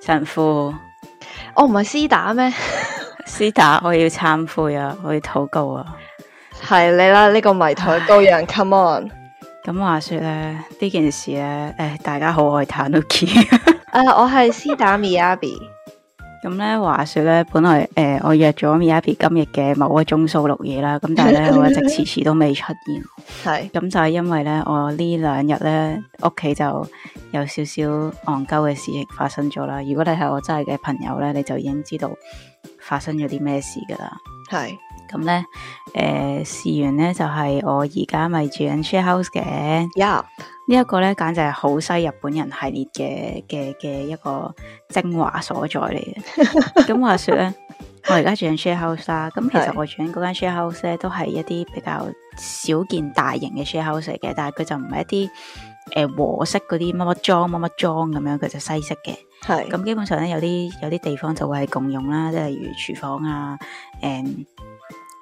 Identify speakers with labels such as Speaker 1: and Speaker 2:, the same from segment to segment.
Speaker 1: 神父，
Speaker 2: 哦我唔係私打咩？
Speaker 1: 斯打，我要懺悔啊，我要禱告啊。
Speaker 2: 係你啦，呢、個迷台羔 羊，come on！
Speaker 1: 咁話說咧，呢件事咧，誒，大家好，我係 Tanuki。
Speaker 2: 诶、啊我係私打 Miyabi，
Speaker 1: 咁咧，話說咧，本來誒、呃我約咗 Miyabi 今日嘅某個鐘數錄嘢啦，咁但係咧，我一直遲遲都未出現。
Speaker 2: 係
Speaker 1: 咁就係因為咧，我呢兩日咧屋企就有少少戇鳩嘅事情發生咗啦。如果你係我真係嘅朋友咧，你就已經知道發生咗啲咩事噶啦。
Speaker 2: 係
Speaker 1: 咁咧，誒、事源咧就係、我而家咪住緊 share house 嘅。
Speaker 2: 呀，
Speaker 1: 呢一個咧，簡直係好西日本人系列嘅嘅嘅一個精華所在嚟嘅。咁話說咧，我而家住緊 share house 啦。咁其實
Speaker 2: 係
Speaker 1: 我住緊嗰間 share house 咧，都係一啲比較少見大型嘅 share house 嚟嘅，但係佢就唔係一啲誒、呃和式嗰啲乜乜裝乜乜裝咁樣，佢就西式嘅。
Speaker 2: 係
Speaker 1: 咁基本上咧，有啲有啲地方就會係共用啦，即係例如廚房啊、誒、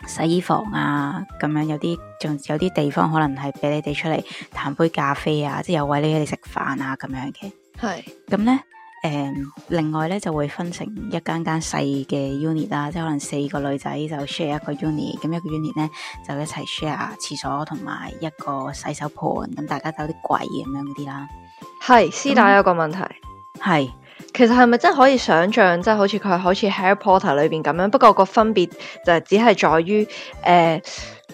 Speaker 1: 洗衣房啊咁樣，有啲仲有啲地方可能係俾你哋出嚟嘆杯咖啡啊，即係有位你哋食飯啊咁樣嘅。
Speaker 2: 係
Speaker 1: 咁咧誒，另外咧就會分成一間間細嘅 unit 啦，即係可能四個女仔就 share 一個 unit，咁一個 unit 咧就一齊 share 廁所同埋一個洗手盤，咁大家都有啲櫃咁樣嗰啲啦。
Speaker 2: 係私打有個問題，
Speaker 1: 係。
Speaker 2: 其實係咪真係可以想像，即、係好似佢係好似 Harry Potter 裏边咁樣？不過個分別就只係在於诶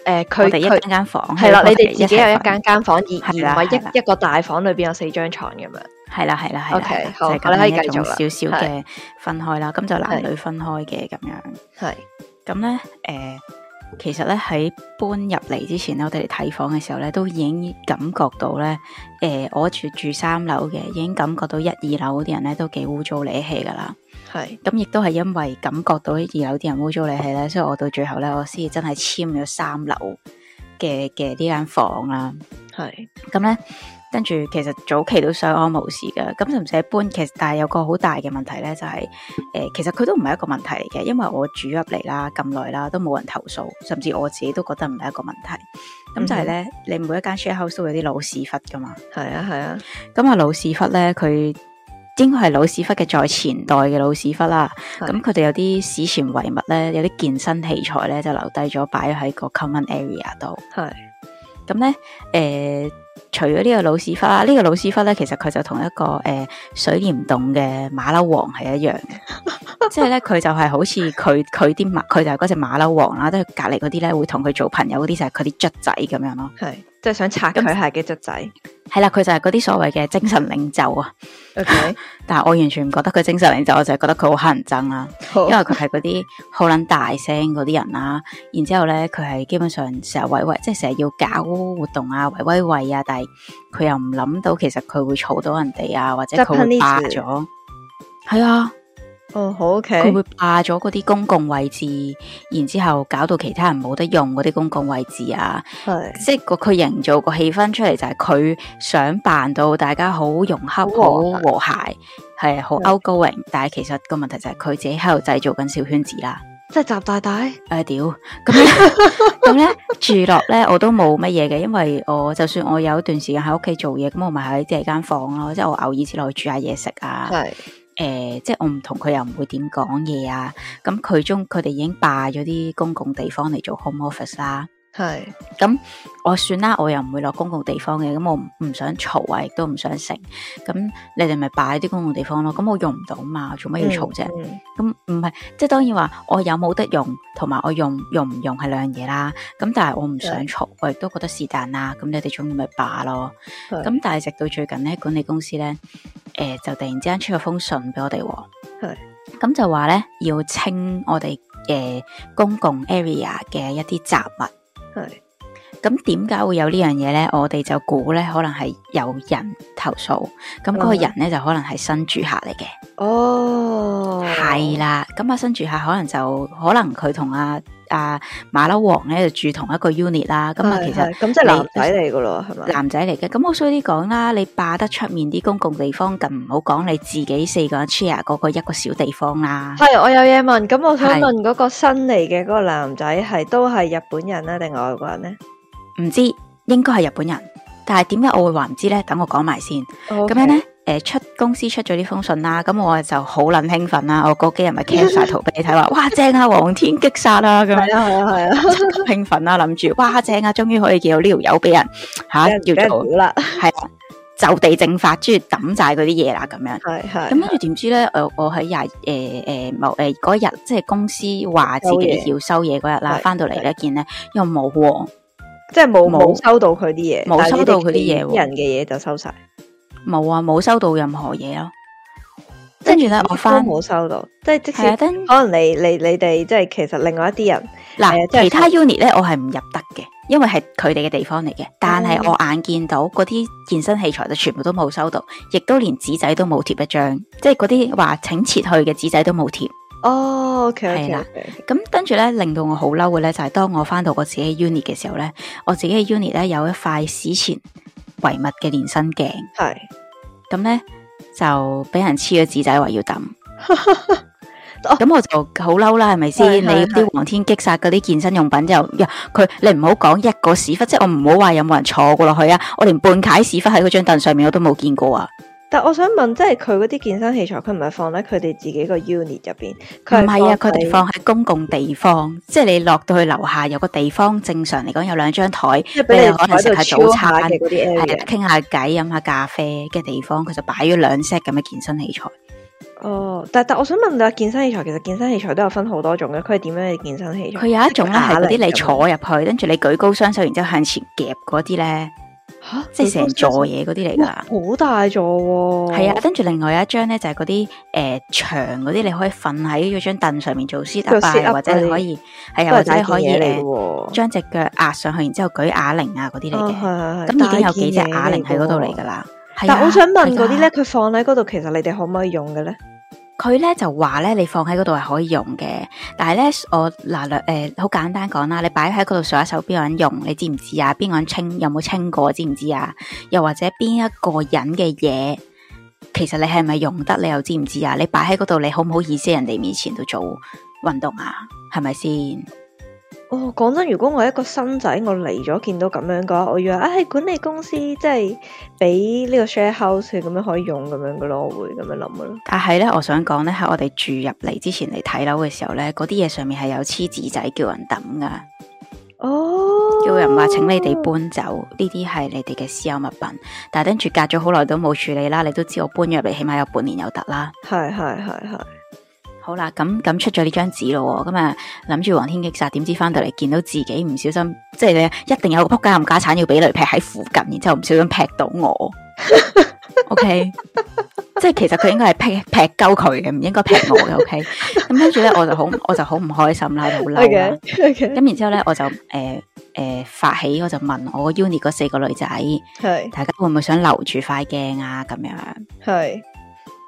Speaker 2: 诶，
Speaker 1: 我
Speaker 2: 佢
Speaker 1: 哋一
Speaker 2: 佢
Speaker 1: 間間房
Speaker 2: 係啦，
Speaker 1: 喺
Speaker 2: 你
Speaker 1: 我
Speaker 2: 哋自己有
Speaker 1: 齊
Speaker 2: 一
Speaker 1: 瞓
Speaker 2: 間間房，而而
Speaker 1: 係
Speaker 2: 唔
Speaker 1: 啦係
Speaker 2: 係
Speaker 1: 啦
Speaker 2: 一一個大房裏边有四張床咁樣。
Speaker 1: 係啦，係啦，係啦
Speaker 2: OK，
Speaker 1: 係啦，
Speaker 2: 好
Speaker 1: 就係
Speaker 2: 我
Speaker 1: 咁
Speaker 2: 哋可以
Speaker 1: 樣一
Speaker 2: 繼
Speaker 1: 種
Speaker 2: 續啦
Speaker 1: 少少嘅分開啦，咁就男
Speaker 2: 係
Speaker 1: 女分開嘅咁樣。
Speaker 2: 係
Speaker 1: 咁咧，诶、其實咧喺搬入嚟之前咧，我哋嚟睇房嘅時候咧，都已經感覺到咧，诶、我住住三樓嘅，已經感覺到一二樓嗰啲人咧都幾污糟理氣噶啦。
Speaker 2: 係
Speaker 1: 咁亦都係因為感覺到二樓啲人污糟理氣咧，所以我到最後咧，我先至真係簽咗三樓嘅嘅呢間房啦。
Speaker 2: 係
Speaker 1: 咁咧，跟住其實早期都相安無事嘅，咁就唔使搬。其實但係有個好大嘅問題咧，就係、呃其實佢都唔係一個問題嚟嘅，因為我住入嚟啦咁耐啦，都冇人投訴，甚至我自己都覺得唔係一個問題。咁就係咧，你每一間 share house 都會有啲老屎忽噶嘛。
Speaker 2: 係啊係啊，
Speaker 1: 咁啊，老屎忽咧，佢應該係老屎忽嘅再前代嘅老屎忽啦。
Speaker 2: 係
Speaker 1: 咁佢哋有啲史前遺物咧，有啲健身器材咧，就留低咗擺喺個 common area 度。
Speaker 2: 係
Speaker 1: 咁咧，誒、除咗呢個老屎忽啦，呢、個老屎忽咧，其實佢就同一個誒、水簾洞嘅馬騮王係一樣嘅， 即係咧佢就係好似佢佢啲馬，佢就係嗰只馬騮王啦，即係隔離嗰啲咧會同佢做朋友嗰啲就係佢啲卒仔咁樣咯，
Speaker 2: 係，即係想拆
Speaker 1: 咁
Speaker 2: 佢係嘅卒仔。
Speaker 1: 係啦，佢就係嗰啲所謂嘅精神領袖啊，
Speaker 2: OK，
Speaker 1: 但係我完全唔覺得佢精神領袖，我就係覺得佢好乞人憎啦。
Speaker 2: 好
Speaker 1: 因為佢係嗰啲好撚大聲嗰啲人啦、然之後咧佢係基本上成日維維，即係成日要搞活動啊、維威維啊，但係佢又唔諗到其實佢會嘈到人哋啊，或者佢會
Speaker 2: Japanese
Speaker 1: 霸咗，係啊，
Speaker 2: 哦好 OK，
Speaker 1: 佢會霸咗嗰啲公共位置，然之後搞到其他人冇得用嗰啲公共位置啊，
Speaker 2: 係
Speaker 1: 即係個佢營造個氣氛出嚟就係佢想扮到大家好融洽、好
Speaker 2: 和諧
Speaker 1: 和諧，係好
Speaker 2: 係
Speaker 1: outgoing，但係其實個問題就係佢自己喺度製造緊小圈子啦。
Speaker 2: 即係習大大
Speaker 1: 誒、屌， 咁咧咁咧住落咧我都冇乜嘢嘅，因為我就算我有段時間喺屋企做嘢，咁我咪喺自己間房咯，即係我偶爾先落去煮下嘢食啊，誒、
Speaker 2: 係
Speaker 1: 即係我唔同佢又唔會點講嘢啊，咁佢中佢哋已經霸咗啲公共地方嚟做 home office 啦，
Speaker 2: 係
Speaker 1: 我算啦，我又唔會落公共地方嘅，咁我唔唔想嘈啊，亦都唔想成，咁你哋咪霸啲公共地方咯，咁我用唔到嘛，做乜要嘈啫？
Speaker 2: 嗯嗯
Speaker 1: 咁唔係，即係當然話我有冇得用，同埋我用用唔用係兩樣嘢啦。咁但係我唔想嘈，我亦都覺得是但啦。咁你哋中意咪霸咯。
Speaker 2: 係
Speaker 1: 咁但係直到最近咧，管理公司咧，诶、就突然之間出咗封信俾我哋喎。
Speaker 2: 係
Speaker 1: 咁就話咧要清我哋诶、呃公共 area 嘅一啲雜物。
Speaker 2: 係
Speaker 1: 咁點解會有呢樣嘢呢？我哋就估咧，可能係有人投訴。咁嗰個
Speaker 2: 嗯
Speaker 1: 人咧就可能係新住客嚟嘅。
Speaker 2: 哦
Speaker 1: 系啦，咁啊新住客可能就可能佢同阿阿馬騮王咧就住同一個 unit 啦，咁啊
Speaker 2: 係
Speaker 1: 其
Speaker 2: 係
Speaker 1: 實
Speaker 2: 咁即係
Speaker 1: 你
Speaker 2: 男仔嚟噶咯，係咪？
Speaker 1: 男仔嚟嘅，咁我衰啲講啦，你霸得出面啲公共地方，咁唔好講你自己四個人 share 嗰個一個小地方啦。
Speaker 2: 係，我有嘢問，咁我想
Speaker 1: 係
Speaker 2: 問嗰個新嚟嘅嗰個男仔係都係日本人咧，定外國人咧？哦
Speaker 1: 唔知應該係日本人，但係點解我會話唔知呢？等我講埋先。
Speaker 2: 咁
Speaker 1: 咁樣呢，誒、誒出公司出咗呢封信啦，咁我就好撚興奮啦！我嗰幾日咪 cap 晒圖俾你睇話，哇正啊，黃天擊殺啦咁樣。
Speaker 2: 係啊係啊係啊，
Speaker 1: 超級興奮啦，諗住哇正啊，終於可以見到呢條友俾人吓、
Speaker 2: 俾
Speaker 1: 叫
Speaker 2: 人
Speaker 1: 做
Speaker 2: 估啦，
Speaker 1: 係啊就地正法，終於抌晒嗰啲嘢啦咁樣。
Speaker 2: 係係
Speaker 1: 咁跟住點知咧？誒我喺廿誒誒某誒嗰日，即係公司話自己要收嘢嗰日啦，
Speaker 2: 係
Speaker 1: 翻到嚟咧見咧又冇喎，
Speaker 2: 即係冇
Speaker 1: 冇
Speaker 2: 冇收到佢啲嘢，
Speaker 1: 冇
Speaker 2: 但係
Speaker 1: 收
Speaker 2: 你
Speaker 1: 到
Speaker 2: 哋
Speaker 1: 佢啲嘢喎
Speaker 2: 人嘅嘢就收晒，
Speaker 1: 冇啊，冇收到任何嘢咯。跟住咧，我翻
Speaker 2: 都冇收到，即係即使
Speaker 1: 係啊，跟
Speaker 2: 可能你你你哋即係其實另外一啲人係啊
Speaker 1: 嗱，
Speaker 2: 即係
Speaker 1: 其他 unit 咧，我係唔入得嘅，因為係佢哋嘅地方嚟嘅。但
Speaker 2: 嗯
Speaker 1: 係我眼見到嗰啲健身器材就全部都冇收到，亦都連紙仔都冇貼一張，即係嗰啲話請撤去嘅紙仔都冇貼。
Speaker 2: 哦，OK
Speaker 1: 係
Speaker 2: OK
Speaker 1: 啦
Speaker 2: OK，
Speaker 1: 咁跟住咧，令到我好嬲嘅咧，就係、當我翻到我自己嘅 unit 嘅時候咧，我自己嘅 unit 咧有一塊史前遺物嘅連身鏡，
Speaker 2: 係。
Speaker 1: 咁咧就俾人黐咗紙仔話要抌
Speaker 2: 哦
Speaker 1: 咁我就好嬲啦，係咪先？
Speaker 2: 係
Speaker 1: 你
Speaker 2: 係
Speaker 1: 啲黃天擊殺嗰啲健身用品就呀佢，你唔好講一個屎忽，即係我唔好話有冇人坐過落去啊！我連半解屎忽喺嗰張凳上面我都冇見過啊！
Speaker 2: 但我想問，即係佢嗰啲健身器材，佢唔係放喺佢哋自己個 unit 入邊，佢
Speaker 1: 唔係啊，佢
Speaker 2: 喺
Speaker 1: 哋放喺公共地方，即係你落到去樓下有個地方，正常嚟講有兩張台，
Speaker 2: 即係俾你
Speaker 1: 啊可能
Speaker 2: 喺
Speaker 1: 食
Speaker 2: 度
Speaker 1: 下
Speaker 2: 超
Speaker 1: 早
Speaker 2: 下
Speaker 1: 餐
Speaker 2: 嘅，嗰啲
Speaker 1: 係啊
Speaker 2: area
Speaker 1: 啦。傾下偈、飲下咖啡嘅地方，佢就擺咗兩 set 咁嘅健身器材。
Speaker 2: 哦，但但我想問啊，健身器材其實健身器材都有分好多種嘅，佢係點樣嘅健身器材？
Speaker 1: 佢有一種咧係嗰啲你
Speaker 2: 啞鈴咁樣
Speaker 1: 坐入去，跟住你舉高雙手，然之後向前夾嗰啲咧，
Speaker 2: 吓，
Speaker 1: 即係成座嘢嗰啲嚟
Speaker 2: 哇
Speaker 1: 噶。
Speaker 2: 好大座喎，
Speaker 1: 係啊，跟住另外有一張咧就係嗰啲誒長嗰啲，你可以瞓喺嗰張凳上面做 sit up
Speaker 2: 做 sit
Speaker 1: 啊
Speaker 2: up
Speaker 1: 或者你可以係啊，
Speaker 2: 都
Speaker 1: 或
Speaker 2: 係
Speaker 1: 者
Speaker 2: 大件
Speaker 1: 你可以
Speaker 2: 嘢嚟嘅
Speaker 1: 誒
Speaker 2: 喎，
Speaker 1: 將只腳壓上去，然之後舉啞鈴啊嗰啲嚟
Speaker 2: 啊
Speaker 1: 嘅。
Speaker 2: 係係係
Speaker 1: 咁已經有
Speaker 2: 大件
Speaker 1: 幾隻
Speaker 2: 嘢
Speaker 1: 啞鈴喺嗰度嚟
Speaker 2: 嘅
Speaker 1: 㗎
Speaker 2: 喎。
Speaker 1: 啦。係
Speaker 2: 但
Speaker 1: 啊
Speaker 2: 我想問
Speaker 1: 係
Speaker 2: 嗰
Speaker 1: 㗎
Speaker 2: 啲咧，佢放喺嗰度，其實你哋可唔可以用嘅咧？
Speaker 1: 佢咧就話咧，你放喺嗰度係可以用嘅，但係咧我嗱誒好簡單講啦，你擺喺嗰度上一手邊個人用，你知唔知啊？邊個人清有冇清過，知唔知啊？又或者邊一個人嘅嘢，其實你係咪用得，你又知唔知啊？你擺喺嗰度，你好唔好意思喺人哋面前度做運動啊？係咪先？
Speaker 2: 哦，講真，如果我係一個新仔，我嚟咗見到咁樣嘅話，我以為啊係管理公司即係俾呢個 share house 佢咁樣可以用咁樣嘅咯，我會咁樣諗嘅咯。
Speaker 1: 但係咧，我想講咧，喺我哋住入嚟之前嚟睇樓嘅時候咧，嗰啲嘢上面係有黐紙仔叫人抌噶。
Speaker 2: 哦，
Speaker 1: 叫人話請你哋搬走，呢啲係你哋嘅私有物品。但係跟住隔咗好耐都冇處理啦，你都知我搬入嚟，起碼有半年有得啦。
Speaker 2: 係係係係，
Speaker 1: 好啦，咁咁出咗呢張紙咯喎，咁啊諗住黃天擊殺，點知翻到嚟見到自己唔小心，即係你一定有個仆街冚家產要俾雷劈喺附近，然之後唔小心劈到我。OK，即係其實佢應該係劈劈鳩佢嘅，唔應該劈我嘅。OK，咁跟住咧我就好我就好唔開心啦，好嬲啦。
Speaker 2: OK OK，
Speaker 1: 咁然之後咧，我就誒誒、呃呃發起，我就問我 unit 嗰四個女仔，
Speaker 2: 係
Speaker 1: 大家會唔會想留住塊鏡啊？咁樣
Speaker 2: 係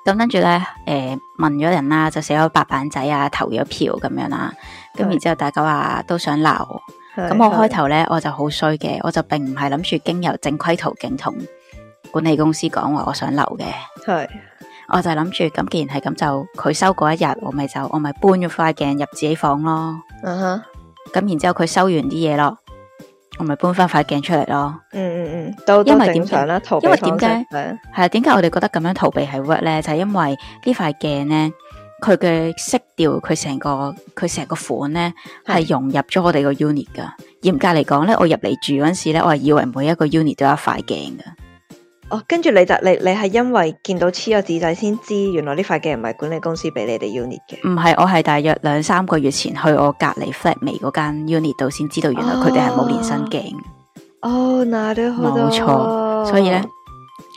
Speaker 1: 咁跟住咧誒問咗人啦，就寫咗白板仔啊，投咗票咁樣啦。咁
Speaker 2: 係
Speaker 1: 然之後大家話都想留，咁
Speaker 2: 係。
Speaker 1: 我開
Speaker 2: 係
Speaker 1: 頭咧我就好衰嘅，我就並唔係諗住經由正規途徑同管理公司講話我想留嘅。
Speaker 2: 係
Speaker 1: 我就諗住咁，既然係咁就佢收嗰一日，我咪就我咪搬咗塊鏡入自己房咯。
Speaker 2: 啊哈，
Speaker 1: 咁然之後佢收完啲嘢咯，我咪搬翻塊鏡出嚟咯。
Speaker 2: 嗯嗯嗯，都
Speaker 1: 因
Speaker 2: 都
Speaker 1: 為點
Speaker 2: 正常啦，逃避
Speaker 1: 因為
Speaker 2: 方式
Speaker 1: 點
Speaker 2: 係啊
Speaker 1: 係啊，點解我哋覺得咁樣逃避係 work 咧？就係、因為呢塊鏡咧，佢嘅色調，佢成個佢成個款咧
Speaker 2: 係
Speaker 1: 係融入咗我哋個 unit 噶。嚴格嚟講咧，我入嚟住嗰陣時咧，我係以為每一個 unit 都有一塊鏡噶。
Speaker 2: 哦，跟住你就你你係因為見到黐咗紙仔先知，原來呢塊鏡唔係管理公司俾你哋 unit 嘅。
Speaker 1: 唔係，我係大約兩三個月前去我隔離 flat 尾嗰間 unit 度先知道，原來佢哋係冇連身鏡。
Speaker 2: 哦，那都好
Speaker 1: 冇
Speaker 2: 哦
Speaker 1: 錯所以咧，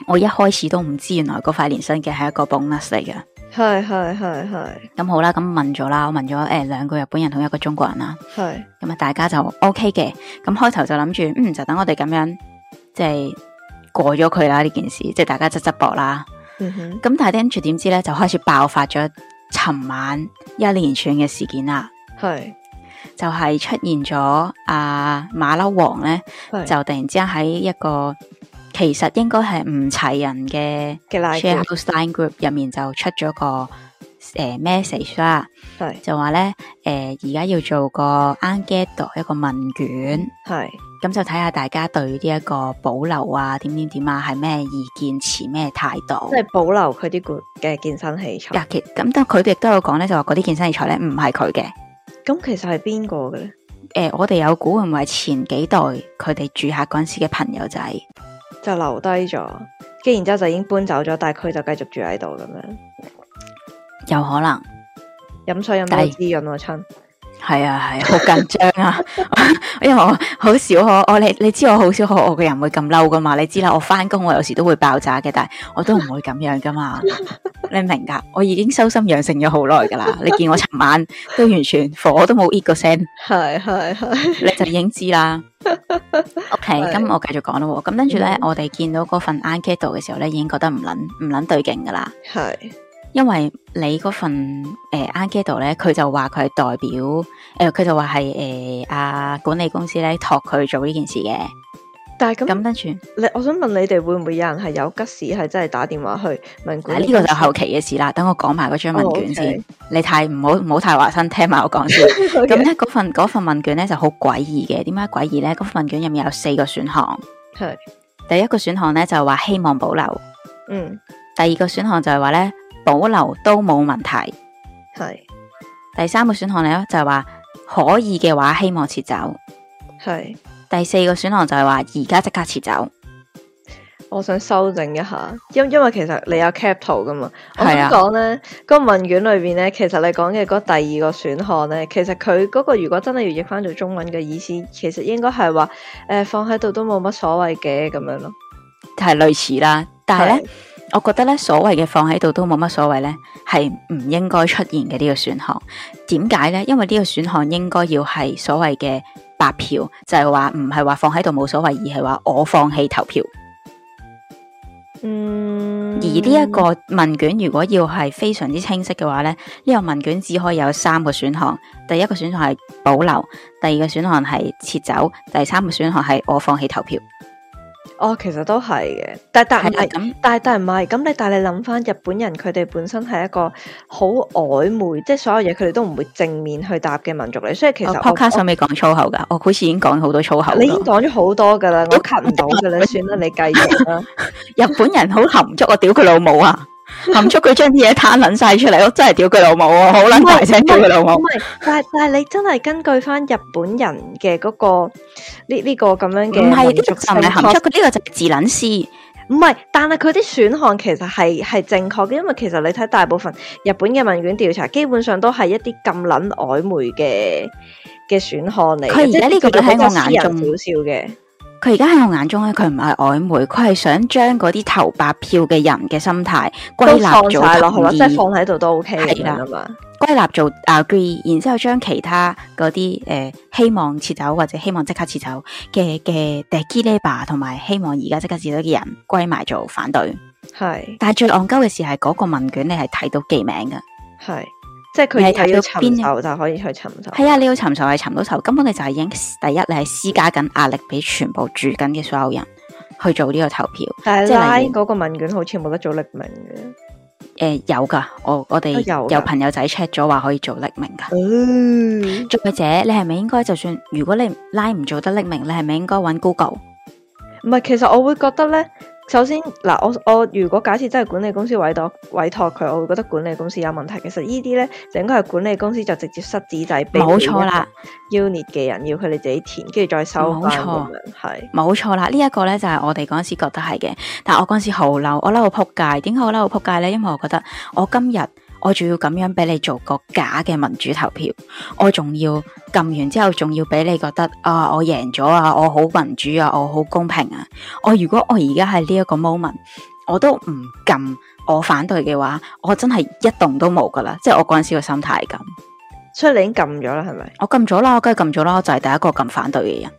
Speaker 1: 我一開始都唔知原來嗰塊連身鏡係一個 bonus 嚟嘅。
Speaker 2: 係係係係
Speaker 1: 咁好啦，咁問咗啦，我問咗誒兩個日本人同一個中國人啦。
Speaker 2: 係
Speaker 1: 咁啊，大家就 O K 嘅。咁開頭就諗住，嗯，就等我哋咁樣即係過咗佢啦呢件事，即係大家執執搏啦。
Speaker 2: 嗯哼，
Speaker 1: 咁但係跟住點知咧，就開始爆發咗尋晚一連串嘅事件啦，
Speaker 2: 係
Speaker 1: 就係、出現咗阿馬騮王咧，
Speaker 2: 係
Speaker 1: 就突然之間喺一個其實應該係唔齊人嘅
Speaker 2: 嘅拉
Speaker 1: share
Speaker 2: 嘅
Speaker 1: house line group 入面就出咗個誒 message 啦，
Speaker 2: 係
Speaker 1: 就話咧誒而家要做個 a n g e t 一個問卷，
Speaker 2: 係
Speaker 1: 咁就睇下大家對呢一個保留啊點點點啊係咩意見，持咩態度
Speaker 2: 即。係保留佢啲管嘅健身器材。
Speaker 1: 嗱，其咁但佢哋亦都有講咧，就話嗰啲健身器材咧唔係佢嘅。
Speaker 2: 咁其實係邊個嘅咧？
Speaker 1: 誒、我哋有估會唔會係前幾代佢哋住客嗰陣時嘅朋友仔？
Speaker 2: 就留低咗，跟然之後就已經搬走咗，但係佢就繼續住喺度咁樣，
Speaker 1: 有可能
Speaker 2: 飲水飲到
Speaker 1: 但係
Speaker 2: 滋潤喎親。
Speaker 1: 係啊，係啊好緊張啊！ 因為我好少可我你你知我好少可我個人會咁嬲噶嘛，你知啦，我翻工我有時都會爆炸嘅，但係我都唔會咁樣噶嘛，你明㗎？我已經修心養性咗好耐㗎啦，你見我尋晚都完全火都冇 e 個聲。
Speaker 2: 係係係，
Speaker 1: 你就已經知啦。OK，
Speaker 2: 係
Speaker 1: 咁我繼續講咯喎。咁跟住咧
Speaker 2: 嗯，
Speaker 1: 我哋見到嗰份 anket 度嘅時候咧，已經覺得唔撚唔撚對勁噶啦。
Speaker 2: 係
Speaker 1: 因為你嗰份誒 anket 度咧，佢就話佢係代表誒，呃佢、就話係誒啊管理公司咧託佢做呢件事嘅。
Speaker 2: 但係咁
Speaker 1: 咁跟住
Speaker 2: 你，我想問你哋會唔會有人係有吉事係真係打電話去問
Speaker 1: 嗱
Speaker 2: 管理公
Speaker 1: 呢
Speaker 2: 司？
Speaker 1: 個就後期嘅事啦。等我講埋嗰張問卷先。
Speaker 2: 哦，OK
Speaker 1: 你太唔好唔好太話身，聽埋我 講先。咁
Speaker 2: 哦 OK，
Speaker 1: 咧嗰份嗰份問卷咧就好詭異嘅。點解詭異咧？嗰份問卷入面有四個選項。
Speaker 2: 係
Speaker 1: 第一個選項咧就話希望保留，
Speaker 2: 嗯
Speaker 1: 第二個選項就係話咧保留都冇問題，
Speaker 2: 係
Speaker 1: 第三個選項咧就係話可以嘅話希望撤走，
Speaker 2: 係，
Speaker 1: 第四個選項就係話而家即刻撤走，
Speaker 2: 我想修正一下，因因為其實你有 cap 圖噶嘛，我
Speaker 1: 係
Speaker 2: 想
Speaker 1: 啊
Speaker 2: 講咧，個問卷裏邊咧，其實你講嘅嗰第二個選項咧，其實佢嗰個如果真係要譯翻做中文嘅意思，其實應該係話誒放喺度都冇乜所謂嘅咁樣咯。
Speaker 1: 就係類似啦。但係咧，我覺得咧所謂嘅放喺度都冇乜所謂咧，係唔應該出現嘅呢個選項。點解咧？因為呢個選項應該要係所謂嘅白票，就係話唔係話放喺度冇所謂，而係話我放棄投票。
Speaker 2: 嗯，
Speaker 1: 而呢一個問卷如果要係非常之清晰嘅話咧，呢、個問卷只可以有三個選項。第一個選項係保留，第二個選項係撤走，第三個選項係我放棄投票。
Speaker 2: 哦，其實都係嘅，但但唔
Speaker 1: 係啦
Speaker 2: 係。
Speaker 1: 咁
Speaker 2: 但係但係唔係咁，你但係你諗翻日本人佢哋本身係一個好曖昧，即係所有嘢佢哋都唔會正面去答嘅民族嚟，所以其實
Speaker 1: 我
Speaker 2: 我
Speaker 1: 哦 podcast 上未講粗口㗎，我好似已經講好多粗口
Speaker 2: 我
Speaker 1: 咯。
Speaker 2: 你已經講咗好多㗎啦，我
Speaker 1: 都
Speaker 2: cut 唔到㗎啦，算啦，你繼續啦。
Speaker 1: 日本人好含蓄，我屌佢老 母啊！含蓄佢將啲嘢攤撚晒出嚟，我真係屌佢老母啊！好撚大聲屌佢老
Speaker 2: 唔
Speaker 1: 母。
Speaker 2: 係，但係但係你真係根據翻日本人嘅嗰個呢呢個咁樣
Speaker 1: 唔
Speaker 2: 嘅
Speaker 1: 係呢
Speaker 2: 民
Speaker 1: 個
Speaker 2: 族
Speaker 1: 就唔係含蓄，
Speaker 2: 性
Speaker 1: 佢呢個就係自撚私。
Speaker 2: 唔係，但係佢啲選項其實係係正確嘅，因為其實你睇大部分日本嘅問卷調查，基本上都係一啲咁撚曖昧嘅嘅選項嚟嘅。
Speaker 1: 佢而家呢個
Speaker 2: 即係
Speaker 1: 喺
Speaker 2: 叫
Speaker 1: 我
Speaker 2: 做
Speaker 1: 眼
Speaker 2: 私人
Speaker 1: 中
Speaker 2: 少少嘅，
Speaker 1: 佢而家喺我眼中咧，佢唔係曖昧，佢係想將嗰啲投白票嘅人嘅心態歸
Speaker 2: 都
Speaker 1: 納
Speaker 2: 放
Speaker 1: 做
Speaker 2: 晒落去咯，
Speaker 1: 同
Speaker 2: 即
Speaker 1: 意，
Speaker 2: 係放喺度都 OK 咁
Speaker 1: 係啦
Speaker 2: 樣啊嘛。
Speaker 1: 歸納做啊 agree，然之後將其他嗰啲誒希望撤走或者希望即刻撤走嘅嘅 d e g i l e b a 同埋希望而家即刻撤走嘅人歸埋做反對。
Speaker 2: 係
Speaker 1: 但係最戇鳩嘅事係嗰個問卷你係睇到記名嘅，
Speaker 2: 係，即係佢
Speaker 1: 你係
Speaker 2: 要
Speaker 1: 睇
Speaker 2: 要
Speaker 1: 到
Speaker 2: 尋
Speaker 1: 邊啊
Speaker 2: 仇就可以去尋仇。
Speaker 1: 係啊，你要尋仇係尋到仇，根本你就係已經第一你係施加緊壓力俾全部住緊嘅所有人去做呢個投票。
Speaker 2: 但係
Speaker 1: 即係例
Speaker 2: 拉
Speaker 1: 如
Speaker 2: 嗰個問卷好似冇得做匿名嘅。
Speaker 1: 誒、呃有㗎，我我
Speaker 2: 啊
Speaker 1: 哋
Speaker 2: 有㗎
Speaker 1: 有朋友仔 check 咗話可以做匿名㗎。
Speaker 2: 嗯，
Speaker 1: 再者，你係咪應該就算如果你拉唔做得匿名，你係咪應該揾 Google？
Speaker 2: 唔係，其實我會覺得咧，首先嗱，我我如果假設真係管理公司委託委託佢，我會覺得管理公司有問題。其實呢啲咧就應該係管理公司就直接塞紙仔俾
Speaker 1: 冇錯啦，
Speaker 2: unit 嘅人，要佢哋自己填，跟住再收翻
Speaker 1: 冇錯
Speaker 2: 咁樣，係
Speaker 1: 冇錯啦，呢、一個呢就係我哋嗰陣時覺得係嘅，但我嗰陣時好嬲，我嬲到撲街。點解我嬲到撲街呢？因為我覺得我今日我仲要咁樣俾你做個假嘅民主投票，我仲要撳完之後，仲要俾你覺得啊，我贏咗啊，我好民主啊，我好公平啊。我如果我而家喺呢一個 moment，我都唔撳我反對嘅話，我真係一動都冇噶啦。即係我嗰陣時個心態係咁。
Speaker 2: 所以你已經撳咗啦，係咪？
Speaker 1: 我撳咗啦，我梗係撳咗啦，我就係第一個撳反對嘅人，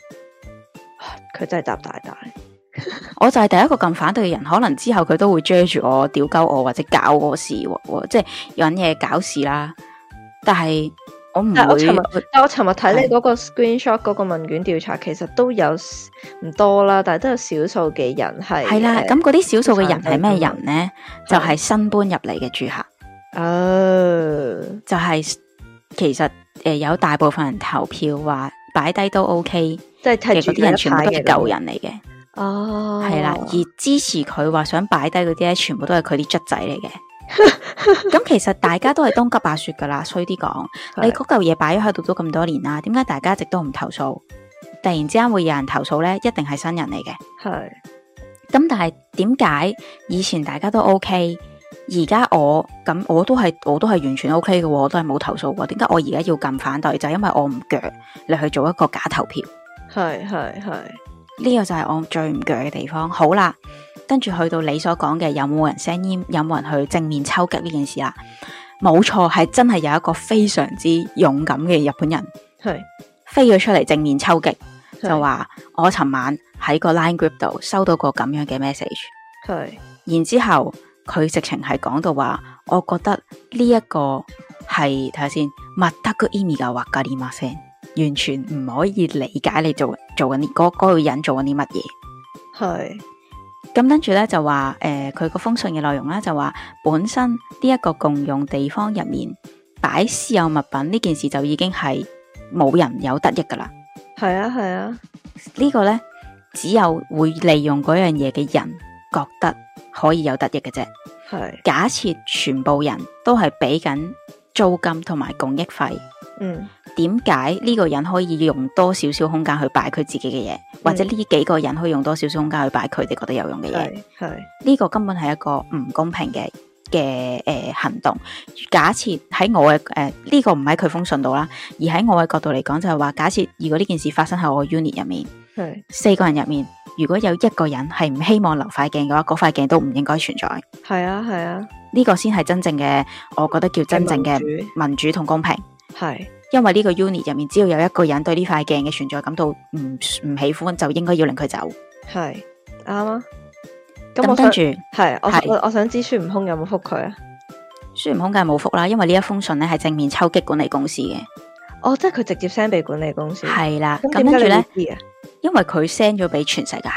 Speaker 2: 佢真係答大大，
Speaker 1: 我就係第一個撳反對嘅人。可能之後佢都會追住我、屌鳩我或者搞我事喎，喎即係揾嘢搞事啦。但係我唔
Speaker 2: 但係我尋
Speaker 1: 會，
Speaker 2: 但我尋日睇你
Speaker 1: 係
Speaker 2: 嗰個 screenshot 嗰個問卷調查，其實都有 s- 唔多啦，但係都有少數嘅人係
Speaker 1: 係啦。
Speaker 2: 誒
Speaker 1: 咁嗰啲少數嘅人
Speaker 2: 反對
Speaker 1: 係咩人呢？
Speaker 2: 㗎
Speaker 1: 就
Speaker 2: 嘛
Speaker 1: 係新搬入嚟嘅住客，
Speaker 2: 哦，
Speaker 1: 就係其實诶、呃有大部分人投票話擺低都 OK
Speaker 2: 即係
Speaker 1: 嘅
Speaker 2: 睇住
Speaker 1: 嗰啲人，
Speaker 2: 佢一
Speaker 1: 全部
Speaker 2: 派
Speaker 1: 都係
Speaker 2: 嘅
Speaker 1: 舊人嚟嘅，
Speaker 2: 哦，
Speaker 1: 係啦、而支持佢話想擺低嗰啲咧，全部都係佢啲卒仔 嚟嘅。咁其實大家都係當急白雪噶啦，衰啲講，
Speaker 2: 係
Speaker 1: 你嗰嚿嘢擺咗喺度都咁多年啦，點解大家一直都唔投訴？突然之間會有人投訴咧，一定係新人嚟嘅。
Speaker 2: 係
Speaker 1: 咁但係點解以前大家都 OK，而家我咁我都係我都係完全 OK 嘅喎，我都係冇投訴過。點解我而家要咁反對？就係因為我唔鋸你去做一個假投票，
Speaker 2: 係係係，
Speaker 1: 呢、個就係我最唔鋸嘅地方。好啦，跟住去到你所講嘅有冇人 send email，有冇人去正面抽擊呢件事啦？冇錯，係真係有一個非常之勇敢嘅日本人
Speaker 2: 係
Speaker 1: 飛咗出嚟正面抽擊，
Speaker 2: 係
Speaker 1: 就話我尋晚喺個 Line Group 度收到個咁樣嘅 message。
Speaker 2: 係
Speaker 1: 然之後佢直情係講到話，我覺得呢一個係睇下先，麥德個 i m i 嘅話噶啲乜聲，完全唔可以理解你做做緊啲嗰嗰個人做緊啲乜嘢。
Speaker 2: 係
Speaker 1: 咁跟住咧就話，誒佢個封信嘅內容咧就話，本身呢一個共用地方入面擺私有物品呢件事就已經係冇人有得益噶啦。
Speaker 2: 係啊係啊，
Speaker 1: 呢個呢，只有會利用嗰樣嘢嘅人覺得可以有得益嘅啫。
Speaker 2: 係啊
Speaker 1: 假設全部人都係俾緊租金同埋共益費，
Speaker 2: 嗯
Speaker 1: 點解呢個人可以用多少少空間去擺佢自己嘅嘢，或者呢幾個人可以用多少少空間去擺佢哋覺得有用嘅嘢？
Speaker 2: 係係
Speaker 1: 呢個根本係一個唔公平嘅嘅誒行動。假設喺我嘅誒呢個唔喺佢封信度啦，而喺我嘅角度嚟講就係話，假設如果呢件事發生喺我嘅 unit 入面，
Speaker 2: 係
Speaker 1: 四個人入面，如果有一個人係唔希望留塊鏡嘅話，嗰塊鏡都唔應該存在。
Speaker 2: 係啊係啊，
Speaker 1: 呢個先係真正嘅，我覺得叫真正嘅
Speaker 2: 民主
Speaker 1: 民主同公平。
Speaker 2: 係
Speaker 1: 因為呢個 unit 入面，只要有一個人對呢塊鏡嘅存在感到唔唔喜歡，就應該要令佢走。
Speaker 2: 係啱啊。咁
Speaker 1: 咁
Speaker 2: 我
Speaker 1: 跟
Speaker 2: 想
Speaker 1: 住，
Speaker 2: 係我
Speaker 1: 係
Speaker 2: 我我想知孫悟空有冇覆佢啊？
Speaker 1: 孫悟空梗係冇福啦，因為呢一封信咧係正面抽擊管理公司嘅，
Speaker 2: 哦，即係佢直接 send 俾管理公司。
Speaker 1: 係啦。
Speaker 2: 咁
Speaker 1: 咁跟
Speaker 2: 點解
Speaker 1: 住
Speaker 2: 你
Speaker 1: 咧，
Speaker 2: 會知啊？
Speaker 1: 因為佢 send 咗俾全世界，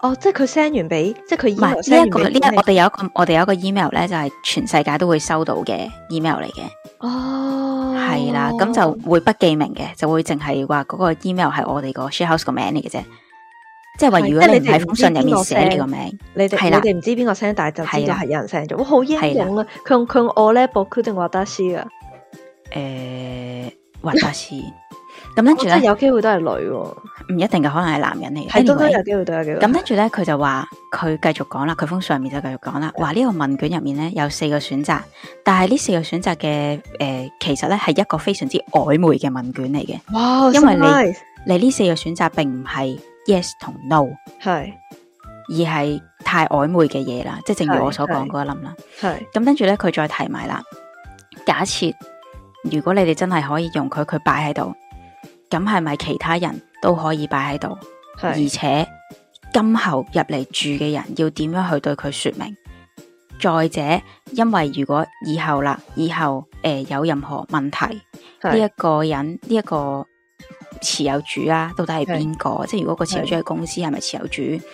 Speaker 2: 哦，即係佢 send 完俾，即係佢
Speaker 1: 唔
Speaker 2: email
Speaker 1: 係呢
Speaker 2: send
Speaker 1: 一個
Speaker 2: 完俾
Speaker 1: 呢一
Speaker 2: 管理
Speaker 1: 我哋有一個我哋有一個 email 咧，就係全世界都會收到嘅 email 嚟嘅，
Speaker 2: 哦，
Speaker 1: 係啦。咁就會不記名嘅，就會淨係話嗰個 email 係我哋個 share house 個名嚟嘅啫。即係話，
Speaker 2: 係
Speaker 1: 如
Speaker 2: 即
Speaker 1: 果
Speaker 2: 係
Speaker 1: 你唔
Speaker 2: 你哋
Speaker 1: 喺
Speaker 2: 唔
Speaker 1: 封
Speaker 2: 知
Speaker 1: 信入
Speaker 2: 邊
Speaker 1: 面
Speaker 2: 個
Speaker 1: 寫你
Speaker 2: send
Speaker 1: 個名。
Speaker 2: 你哋
Speaker 1: 係
Speaker 2: 你
Speaker 1: 啦
Speaker 2: 哋唔知邊個 send，但係就知道
Speaker 1: 係啦
Speaker 2: 係有人 send 咗，哇，好英勇啊！佢用佢用我咧博決定話得斯啊，
Speaker 1: 诶、或者是咁跟
Speaker 2: 我
Speaker 1: 住
Speaker 2: 哦真係
Speaker 1: 咧，
Speaker 2: 有機會都係女喎，
Speaker 1: 唔一定嘅，可能係男人嚟嘅。
Speaker 2: 係都都
Speaker 1: anyway，
Speaker 2: 有機會都有機會。
Speaker 1: 咁跟住咧，佢就話佢繼續講啦，佢封信入面就繼續講啦，
Speaker 2: 嗯
Speaker 1: 話呢個問卷入面咧有四個選擇，但係呢四個選擇嘅诶，其實咧係一個非常之曖昧嘅問卷嚟嘅。
Speaker 2: 哇，
Speaker 1: 因為你
Speaker 2: surprise
Speaker 1: 你呢四個選擇並唔係 yes 同 no，
Speaker 2: 係
Speaker 1: 而係太曖昧嘅嘢啦，即係正如我所講嗰一冧啦。
Speaker 2: 係
Speaker 1: 咁跟住咧，佢再提埋啦。假設如果你哋真係可以用佢，佢擺喺度，咁係咪其他人都可以擺喺度？而
Speaker 2: 係
Speaker 1: 且今後入嚟住嘅人要點樣去對佢說明？再者，因為如果以後啦，以後诶、呃有任何問題，呢一
Speaker 2: 係
Speaker 1: 個人呢一、個持有主啊，到底係邊個？即系如果個持有主係公司，係咪持有主去？
Speaker 2: 即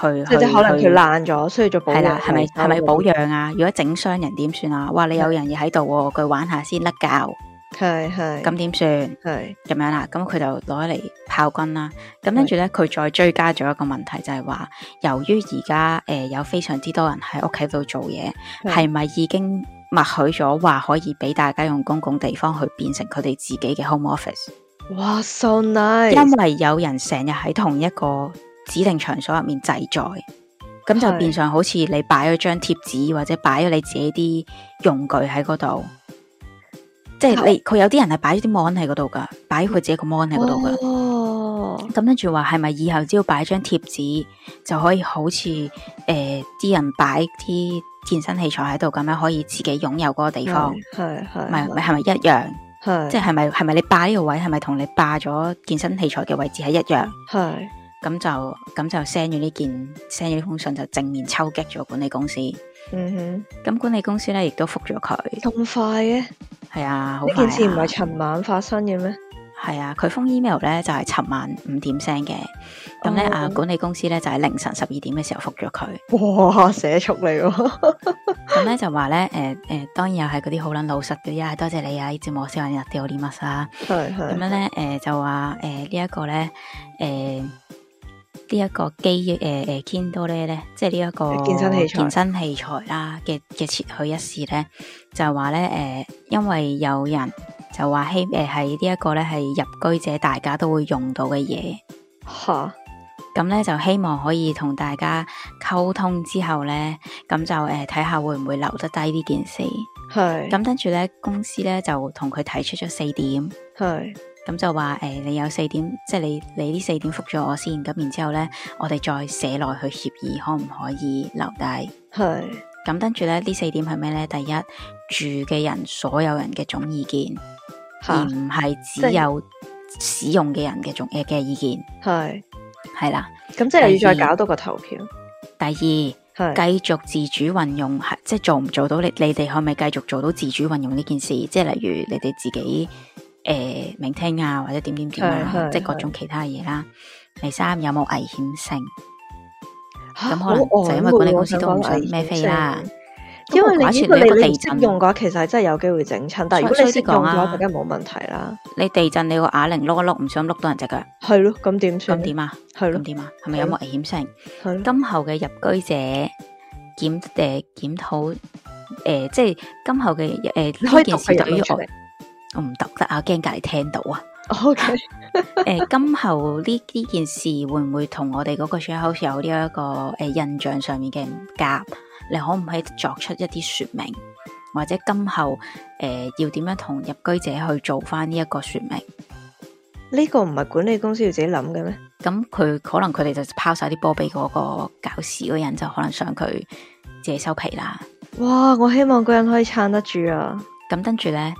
Speaker 2: 係
Speaker 1: 即
Speaker 2: 即係可能佢爛咗，需要做保
Speaker 1: 系啦
Speaker 2: 養，
Speaker 1: 系咪
Speaker 2: 維修
Speaker 1: 系咪
Speaker 2: 嗰啲
Speaker 1: 保養啊？如果整傷人點算啊？哇，你有人嘢喺度喎，佢玩下先甩教，
Speaker 2: 係係
Speaker 1: 咁點算？
Speaker 2: 係
Speaker 1: 咁樣啦，咁佢就攞嚟炮轟啦。咁跟住咧，佢再追加咗一個問題，就係話，由於而家诶有非常之多人喺屋企度做嘢，
Speaker 2: 係
Speaker 1: 係咪已經默許咗話可以俾大家用公共地方去變成佢哋自己嘅 home office？
Speaker 2: 哇，so nice，
Speaker 1: 因為有人成日喺同一個指定場所入面製在，咁就
Speaker 2: 係
Speaker 1: 變相好似你擺咗張貼紙或者擺咗你自己啲用具喺嗰度，即係你佢有啲人係擺咗啲 mon 喺嗰度噶，擺佢自己個 mon 喺嗰度噶。
Speaker 2: 哦，
Speaker 1: 咁跟住話係咪以後只要擺張貼紙就可以好似誒啲人擺啲健身器材喺度咁樣，可以自己擁有嗰個地方，
Speaker 2: 係係
Speaker 1: 咪咪係咪一樣？
Speaker 2: 係
Speaker 1: 即係係咪係咪你霸呢個位係咪同你霸咗健身器材嘅位置係一樣？
Speaker 2: 係
Speaker 1: 咁就咁就 send 咗呢件 send 咗呢封信就正面抽擊咗管理公司。
Speaker 2: 嗯
Speaker 1: 咁管理公司咧亦都覆咗佢，
Speaker 2: 哼咁快嘅。
Speaker 1: 係啊，好
Speaker 2: 呢
Speaker 1: 快
Speaker 2: 件事唔係
Speaker 1: 啊，
Speaker 2: 尋晚發生嘅咩？
Speaker 1: 係啊，佢封 email 咧就係尋晚五點 send 嘅，咁咧
Speaker 2: 哦
Speaker 1: 啊管理公司咧就係凌晨十二點嘅時候覆咗佢，
Speaker 2: 哇，寫速嚟喎，
Speaker 1: 咁咧就話咧誒誒，當然又係嗰啲好撚老實嗰啲啊，多謝你啊，呢節目我先揾日掉啲乜啊，
Speaker 2: 係
Speaker 1: 咁
Speaker 2: 係
Speaker 1: 樣咧誒就話誒呢一個咧誒呢一個機誒誒 Kindle 咧咧，即係呢一個
Speaker 2: 健身器材
Speaker 1: 健身器材啦嘅嘅切去一試咧，就係話咧誒，因為有人就話希誒係呢一個咧係入居者大家都會用到嘅嘢。
Speaker 2: 吓，
Speaker 1: 咁咧就希望可以同大家溝通之後咧，咁就誒睇下會唔會留得低呢件事。
Speaker 2: 係
Speaker 1: 咁跟住咧，公司咧就同佢提出咗四點，
Speaker 2: 係
Speaker 1: 咁就話誒、呃你有四點，即係你你呢四點覆咗我先，咁然之後咧，我哋再寫落去協議，可唔可以留低？
Speaker 2: 係
Speaker 1: 咁跟住咧，呢四點係咩咧？第一，住嘅人所有人嘅總意見，而
Speaker 2: 吓
Speaker 1: 唔係
Speaker 2: 即
Speaker 1: 只
Speaker 2: 係
Speaker 1: 有使用嘅人嘅總嘅嘅意見，
Speaker 2: 係，
Speaker 1: 係啦。
Speaker 2: 咁即係又要
Speaker 1: 第二
Speaker 2: 再搞多個投票，
Speaker 1: 第二。
Speaker 2: 係
Speaker 1: 繼續自主運用，係即係做唔做到你你哋可唔可以繼續做到自主運用呢件事？即係例如你哋自己誒聆聽啊，或者點點點啊，
Speaker 2: 係係
Speaker 1: 即係各種其他嘢啦。第三有冇危險性？
Speaker 2: 嚇
Speaker 1: 咁可能
Speaker 2: 好
Speaker 1: 就因為
Speaker 2: 戇
Speaker 1: 管理
Speaker 2: 喎
Speaker 1: 公司都
Speaker 2: 想講
Speaker 1: 唔想
Speaker 2: 危
Speaker 1: 孭
Speaker 2: 險
Speaker 1: 飛
Speaker 2: 性
Speaker 1: 啦。
Speaker 2: 因為
Speaker 1: 咁我
Speaker 2: 你
Speaker 1: 假
Speaker 2: 如
Speaker 1: 設
Speaker 2: 果
Speaker 1: 你一
Speaker 2: 你
Speaker 1: 個
Speaker 2: 你
Speaker 1: 地
Speaker 2: 識
Speaker 1: 震，
Speaker 2: 用嘅話，其實係真係有機會整親。但係如果
Speaker 1: 衰
Speaker 2: 你識
Speaker 1: 衰
Speaker 2: 用嘅
Speaker 1: 啲講啊
Speaker 2: 話，就梗係冇問題啦。
Speaker 1: 你地震你個啞鈴碌一碌，唔想碌到人隻腳，
Speaker 2: 係咯，咁點
Speaker 1: 咁
Speaker 2: 算？
Speaker 1: 點啊？
Speaker 2: 係
Speaker 1: 咁
Speaker 2: 咯，
Speaker 1: 點啊？係咪有冇危險性？
Speaker 2: 係咯，
Speaker 1: 今後嘅入居者檢誒檢討誒，即係今後嘅誒
Speaker 2: 你可以讀
Speaker 1: 呢件事
Speaker 2: 佢
Speaker 1: 對
Speaker 2: 入
Speaker 1: 於
Speaker 2: 面出
Speaker 1: 我
Speaker 2: 嚟。
Speaker 1: 我唔讀得啊，驚隔離聽到啊！
Speaker 2: O K，
Speaker 1: 诶、今後呢呢件事會唔會同我哋嗰個 share house 有呢、一個诶、印象上面嘅唔夾？你可唔可以作出一啲说明，或者今後诶、要點樣同入居者去做翻呢一個说明？
Speaker 2: 呢個唔係管理公司要自己諗嘅咩？
Speaker 1: 咁佢可能佢哋就拋晒啲波俾嗰個搞事嗰人，就可能想佢自己收皮啦。
Speaker 2: 哇！我希望嗰人可以撐得住啊！
Speaker 1: 咁跟住呢，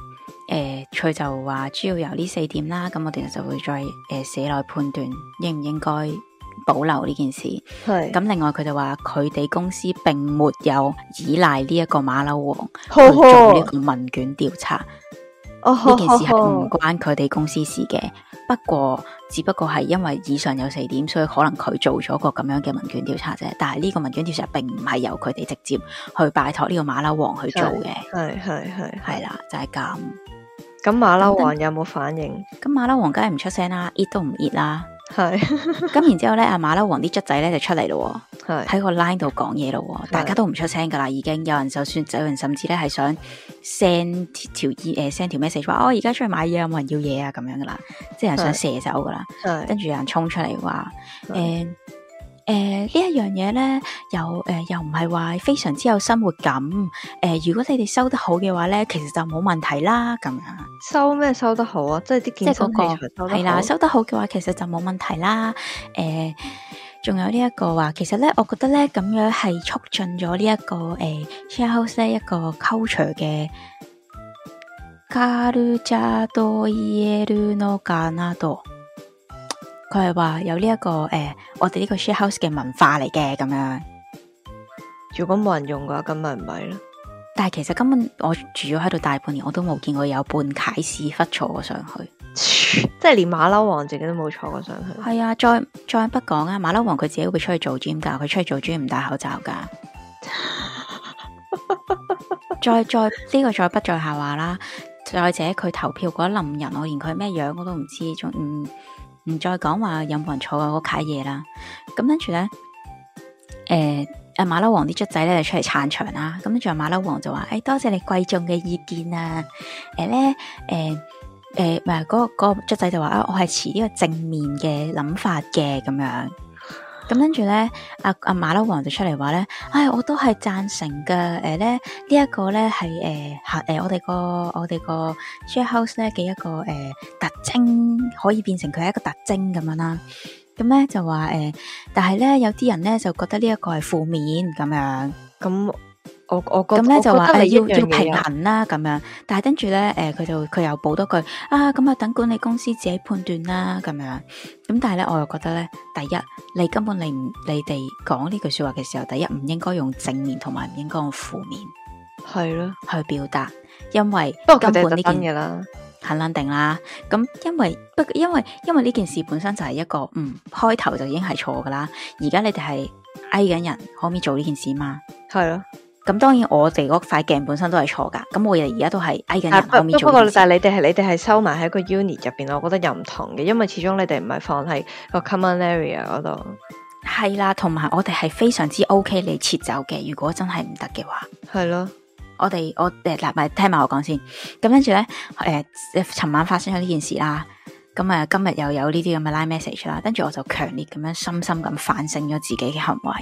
Speaker 1: 诶、佢就話主要由呢四點啦，咁我哋就會再诶寫內判斷應唔應該保留呢件事。
Speaker 2: 係
Speaker 1: 咁另外佢就話佢哋公司並沒有依賴呢一個馬騮王
Speaker 2: 好
Speaker 1: 去做
Speaker 2: 好
Speaker 1: 呢個問卷調查，呢
Speaker 2: 哦，好
Speaker 1: 件
Speaker 2: 好
Speaker 1: 事係
Speaker 2: 好，
Speaker 1: 唔關佢哋公司事嘅。不過，只不過係因為以上有四點，所以可能佢做咗個咁樣嘅問卷調查啫。但係呢個問卷調查並唔係由佢哋直接去拜託呢個馬騮王去做嘅，
Speaker 2: 係係係
Speaker 1: 係啦，就係、咁。
Speaker 2: 咁馬騮王有冇反應？
Speaker 1: 咁馬騮王梗係唔出聲啦，熱都唔熱啦。
Speaker 2: 係
Speaker 1: 咁然之後咧，阿馬騮王啲卒仔咧就出嚟咯喎。
Speaker 2: 係
Speaker 1: 喺個 line 度講嘢咯喎，
Speaker 2: 係
Speaker 1: 大家都唔出聲噶啦，已經有人就算有人甚至咧係想 send 條 e 誒 send 條 message 話哦，而家出去買嘢有冇人要嘢啊咁樣噶啦，即係有人想射走噶啦，
Speaker 2: 係
Speaker 1: 跟住有人衝出嚟話
Speaker 2: 係
Speaker 1: 誒誒呢一樣嘢咧，又誒、又唔係話非常之有生活感，誒、如果你哋收得好嘅話咧，其實就冇問題啦咁樣，
Speaker 2: 收咩收得好啊？即係啲
Speaker 1: 即
Speaker 2: 健
Speaker 1: 係
Speaker 2: 身器
Speaker 1: 嗰、
Speaker 2: 材
Speaker 1: 個
Speaker 2: 收得
Speaker 1: 係啦，
Speaker 2: 好，
Speaker 1: 收得好嘅話其實就冇問題啦，誒、仲有呢一個話，其實咧，我覺得咧咁樣係促進咗呢一個誒、share house 咧一個 culture 嘅。カルチャーと言えるのかなと，佢係話有呢、一個誒、我哋呢個 share house 嘅文化嚟嘅咁樣。
Speaker 2: 如果冇人用嘅話，咁咪唔係咯。
Speaker 1: 但係其實根本我住咗喺度大半年，我都冇見過有半啓屎忽坐過上去。
Speaker 2: 即係連馬騮王自己都冇坐過上去。
Speaker 1: 係啊，再再不講啊，馬騮王佢自己會出去做 gym 㗎，佢出去做 gym 唔戴口罩㗎。再再呢、個再不在下話啦。再者，佢投票嗰一冧人，我連佢咩樣我都唔知，仲唔唔再講話有冇人坐過嗰卡嘢啦。咁跟住咧，誒、阿馬騮王啲卒仔咧就出嚟撐場啦。咁跟住阿馬騮王就話：，誒、多謝你貴重嘅意見啊！誒、咧，誒、誒，唔係嗰個嗰個卒仔就話啊，我係持呢個正面嘅諗法嘅咁樣。咁跟住咧，阿阿馬騮王就出嚟話咧，唉，我都係贊成嘅。誒、咧呢一、個咧係誒嚇誒我哋個我哋個 share house 咧嘅一個誒、特徵，可以變成佢係一個特徵咁樣啦。咁咧就話誒、但係咧有啲人咧就覺得呢一個係負面咁樣。
Speaker 2: 咁我我覺
Speaker 1: 咁咧就話
Speaker 2: 我覺得
Speaker 1: 誒
Speaker 2: 你一
Speaker 1: 要
Speaker 2: 樣
Speaker 1: 要
Speaker 2: 嘢
Speaker 1: 平
Speaker 2: 啊
Speaker 1: 衡啦咁樣，但係跟住咧誒佢就佢又補多句啊咁啊等管理公司自己判斷啦咁樣，咁但係咧我又覺得咧第一你根本你唔你哋講呢句説話嘅時候，第一唔應該用正面同埋唔應該用負面
Speaker 2: 係咯。
Speaker 1: 去表達，因為
Speaker 2: 不過
Speaker 1: 根
Speaker 2: 佢哋
Speaker 1: 本呢
Speaker 2: 特登
Speaker 1: 件
Speaker 2: 嘅啦，
Speaker 1: 肯撚定啦。咁因為不因為因為呢件事本身就係一個嗯開頭就已經係錯噶啦，而家你哋係嗌緊人可唔可以做呢件事嘛？
Speaker 2: 係咯。
Speaker 1: 咁當然我哋嗰塊鏡本身都係錯噶，咁我哋而家都係嗌緊
Speaker 2: 啊
Speaker 1: 人可
Speaker 2: 不
Speaker 1: 唔可以
Speaker 2: 不不
Speaker 1: 做
Speaker 2: 過
Speaker 1: 呢件，事？
Speaker 2: 但係你哋係你哋係收埋喺個 unit 入邊，我覺得又唔同嘅，因為始終你哋唔係放喺個 common area 嗰度。
Speaker 1: 係啦，同埋我哋係非常之 OK 你撤走嘅，如果真係唔得嘅話。
Speaker 2: 係咯，
Speaker 1: 我哋我誒嗱，咪聽埋我講先。咁跟住咧，誒、呃，尋晚發生咗呢件事啦。咁啊，今日又有呢啲咁嘅 line message 啦。跟住我就強烈咁樣深深咁反省咗自己嘅行為。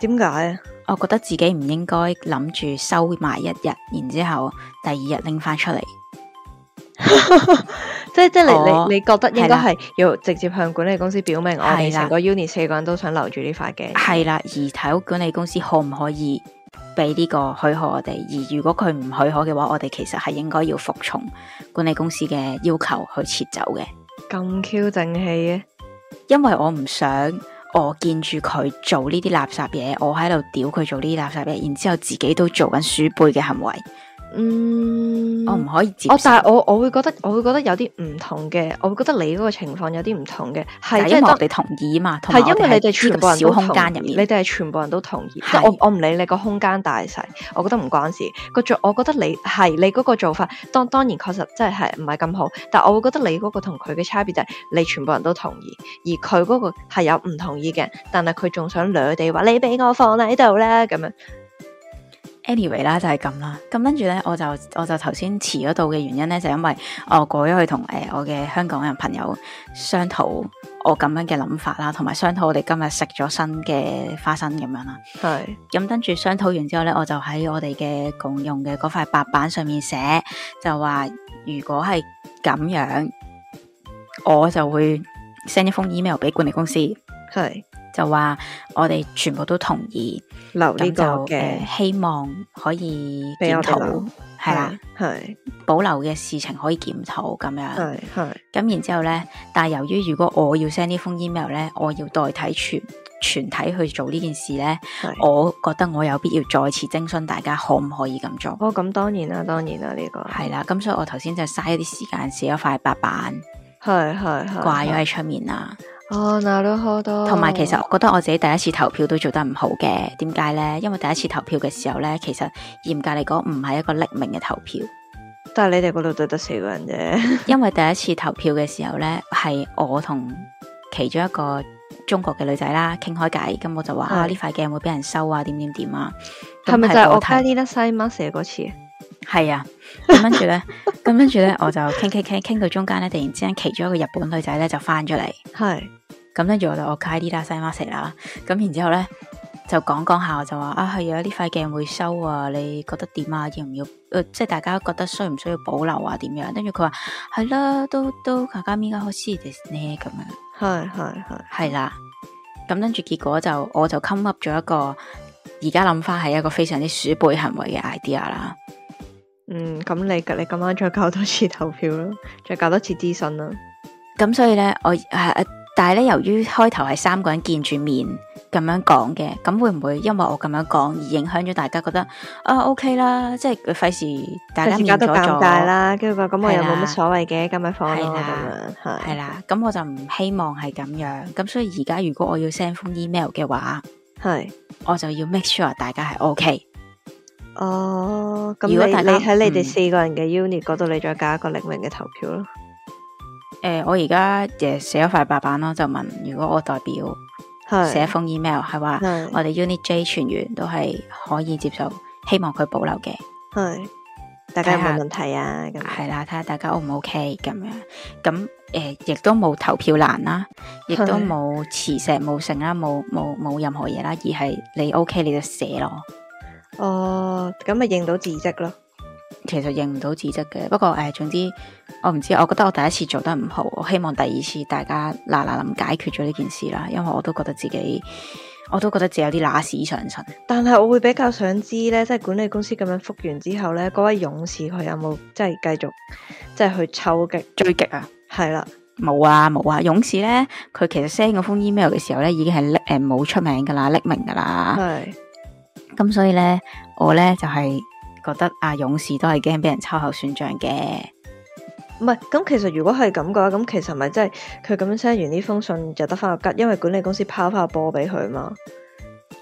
Speaker 2: 點解啊？
Speaker 1: 我覺得自己唔應該諗住收埋一日，然之後第二日拎翻出嚟。
Speaker 2: 即係即係你、
Speaker 1: 哦
Speaker 2: 你你覺得應該
Speaker 1: 係啦
Speaker 2: 係要直接向管理公司表明，我哋
Speaker 1: 係啦
Speaker 2: 成個 unit 四個人都想留住呢塊鏡。
Speaker 1: 係啦，而體育管理公司可唔可以俾呢個許可我哋？而如果佢唔許可嘅話，我哋其實係應該要服從管理公司嘅要求去撤走嘅。
Speaker 2: 咁 Q 正氣嘅，
Speaker 1: 因為我唔想我見住佢做呢啲垃圾嘢，我喺度屌佢做呢啲垃圾嘢，然之後自己都做緊鼠輩嘅行為，
Speaker 2: 嗯，
Speaker 1: 我唔可以接
Speaker 2: 我
Speaker 1: 受。
Speaker 2: 但係我我會覺得我會覺得有啲唔同嘅，我會覺得你嗰個情況有啲唔同嘅，係
Speaker 1: 就
Speaker 2: 即
Speaker 1: 因為
Speaker 2: 係
Speaker 1: 我
Speaker 2: 當
Speaker 1: 哋同意嘛，同埋
Speaker 2: 係因為
Speaker 1: 為
Speaker 2: 你哋全部人
Speaker 1: 小
Speaker 2: 都
Speaker 1: 空
Speaker 2: 同
Speaker 1: 間
Speaker 2: 意，
Speaker 1: 入
Speaker 2: 你
Speaker 1: 面，
Speaker 2: 哋係全部人都同意，即係
Speaker 1: 係
Speaker 2: 我我唔理你個空間大細，我覺得唔關事。個做我覺得你係你嗰個做法，當當然確實真係係唔係咁好，但我會覺得你嗰個同佢嘅差別就係你全部人都同意，而佢嗰個係有唔同意嘅，但係佢仲想掠地話你俾我放喺度咧咁樣，
Speaker 1: anyway 啦，就係咁啦。咁跟住咧，我就我就頭先遲咗到嘅原因咧，就因為我過咗去同誒、呃我嘅香港人朋友商討我咁樣嘅諗法啦，同埋商討我哋今日食咗新嘅花生咁樣啦。
Speaker 2: 係
Speaker 1: 咁跟住商討完之後咧，我就喺我哋嘅共用嘅嗰塊白板上面寫，就話如果係咁樣，我就會 send 一封 email 俾管理公司，
Speaker 2: 係
Speaker 1: 就話我哋全部都同意，
Speaker 2: 留
Speaker 1: 咁
Speaker 2: 呢
Speaker 1: 就
Speaker 2: 個
Speaker 1: 誒、
Speaker 2: 嘅
Speaker 1: 呃希望可以
Speaker 2: 俾
Speaker 1: 檢
Speaker 2: 我哋
Speaker 1: 討
Speaker 2: 留，
Speaker 1: 係啦，，嗯
Speaker 2: 係
Speaker 1: 保留嘅事情可以檢討咁樣。
Speaker 2: 係係
Speaker 1: 咁然之後咧，但係由於如果我要 send 呢封 email 咧，我要代替全全體去做呢件事咧，
Speaker 2: 係。
Speaker 1: 我覺得我有必要再次徵詢大家可唔可以咁做。
Speaker 2: 哦，咁當然啦，當然啦，呢、個
Speaker 1: 係啦，咁所以我頭先就嘥一啲時間寫咗塊白板
Speaker 2: 係係係
Speaker 1: 掛咗喺出面啦。
Speaker 2: 哦，那都好多。
Speaker 1: 啊同埋其實我覺得我自己第一次投票都做得唔好嘅，點解呢？因為第一次投票嘅時候呢，其實嚴格嚟講唔係一個匿名嘅投票，
Speaker 2: 但係你哋嗰度都得四個人啫，
Speaker 1: 因為第一次投票嘅時候呢，係我同其中一個中國嘅女仔啦傾開偈，咁我就話
Speaker 2: 係
Speaker 1: 啊呢塊鏡會俾人收啊點點點啊，咁
Speaker 2: 係咪就係
Speaker 1: 我
Speaker 2: 我
Speaker 1: 提
Speaker 2: 卡呢得西媽寫嗰次？
Speaker 1: 係啊，咁跟住咧，咁跟住咧，我就傾傾傾傾到中間咧，突然之間其中一個日本女仔咧就翻咗嚟，
Speaker 2: 係
Speaker 1: 咁跟住我就我卡啲啦，西馬食啦，咁然之後咧就講講下，我就話啊係啊，呢塊鏡會收啊，你覺得點啊？要唔要？呃即係大家覺得需唔需要保留啊？點樣？跟住佢話係啦，都都大家咪家好似ですね咁樣。
Speaker 2: 係係係，
Speaker 1: 係啦，咁跟住結果就我就 come up 咗一個而家諗翻係一個非常之鼠輩行為嘅 idea 啦。
Speaker 2: 嗯，咁你你今晚再搞多 次投票啦，再搞多次諮詢啦，
Speaker 1: 咁所以咧，我誒、啊但係咧，由於開頭係三個人見住面咁樣講嘅，咁會唔會因為我咁樣講而影響咗大家覺得啊 OK 啦，即係費事大家
Speaker 2: 費事
Speaker 1: 面啊
Speaker 2: 搞
Speaker 1: 咗
Speaker 2: 到尷
Speaker 1: 咗
Speaker 2: 尬啦，跟住話咁我
Speaker 1: 係
Speaker 2: 又
Speaker 1: 啦
Speaker 2: 冇乜所謂嘅，咁咪放咯
Speaker 1: 係
Speaker 2: 咁
Speaker 1: 啦
Speaker 2: 樣，係
Speaker 1: 係啦，咁我就唔希望係咁樣，咁所以而家如果我要 send 封 email 嘅話，
Speaker 2: 係。
Speaker 1: 我就要 make sure 大家係 OK。
Speaker 2: 哦，咁你
Speaker 1: 如果大家
Speaker 2: 你喺你
Speaker 1: 嗯
Speaker 2: 哋四個人嘅 unit 嗰度，你再加一個匿名嘅投票咯。
Speaker 1: 誒、我而家誒寫咗塊白板咯，就問如果我代表
Speaker 2: 係
Speaker 1: 寫封 email 係話，
Speaker 2: 係
Speaker 1: 我哋 Unit J 全員都係可以接受，希望佢保留嘅。
Speaker 2: 係，大家有冇
Speaker 1: 睇下
Speaker 2: 問題啊？咁
Speaker 1: 系啦，睇下大家 O 唔 OK 咁樣，咁诶，亦、都冇投票欄啦，亦都
Speaker 2: 係
Speaker 1: 冇磁石冇剩啦，冇冇冇任何嘢啦，而係你 OK 你就寫咯。
Speaker 2: 哦，咁咪認到字跡咯。
Speaker 1: 其實認唔到字跡嘅，不過诶、誒總之我唔知，我覺得我第一次做得唔好，我希望第二次大家嗱嗱臨解決咗呢件事啦，因為我都覺得自己，我都覺得自己有啲乸屎上身。
Speaker 2: 但係我會比較想知咧，即係管理公司咁樣覆完之後咧，嗰位勇士佢有冇即係繼續即係去抽擊？
Speaker 1: 追擊啊！
Speaker 2: 係啦，
Speaker 1: 冇啊冇啊，勇士咧，佢其實 send 嗰封 email 嘅時候咧，已經係匿誒冇出名噶啦，匿名噶啦。
Speaker 2: 係
Speaker 1: 咁所以啊咧，我咧就係覺得阿勇士都係驚俾人秋後算賬嘅，
Speaker 2: 唔係，咁其實如果係咁嘅話，咁其實咪即係佢咁樣 send 完呢封信就得翻個吉，因為管理公司拋翻個波俾佢嘛。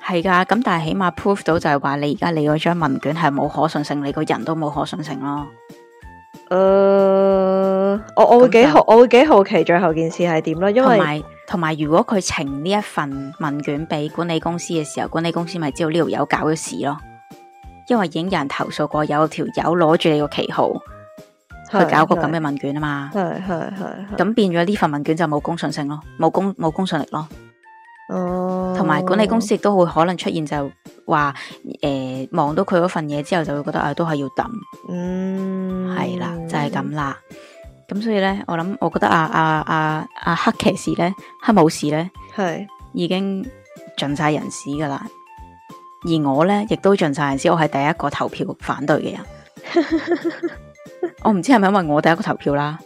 Speaker 1: 係㗎，咁但係起碼 proof 到就係話你而家你嗰張問卷係冇可信性，你個人都冇可信性咯。
Speaker 2: 誒、我我會
Speaker 1: 呃咁
Speaker 2: 幾
Speaker 1: 就
Speaker 2: 好，我會幾好奇最後件事係點咯，因
Speaker 1: 同
Speaker 2: 為
Speaker 1: 埋同埋，如果佢呈呢一份問卷俾管理公司嘅時候，管理公司咪知道呢條友搞咗事咯，因為已經有人投訴過有條友攞住你個旗號去
Speaker 2: 係
Speaker 1: 搞個咁嘅問卷啊嘛，
Speaker 2: 係係係係
Speaker 1: 咁變咗呢份問卷就冇公信性咯，冇公冇公信力咯，
Speaker 2: 哦，
Speaker 1: 同埋管理公司亦都會可能出現就話誒望到佢嗰份嘢之後就會覺得啊都係要抌。
Speaker 2: 嗯
Speaker 1: 係啦，就係咁啦。咁所以咧，我諗，我覺得啊啊啊啊黑騎士咧，黑武士咧，
Speaker 2: 係
Speaker 1: 已經盡晒人屎噶啦。而我咧，亦都盡晒人屎，我係第一個投票反對嘅人。我唔知係咪因為我第一個投票啦，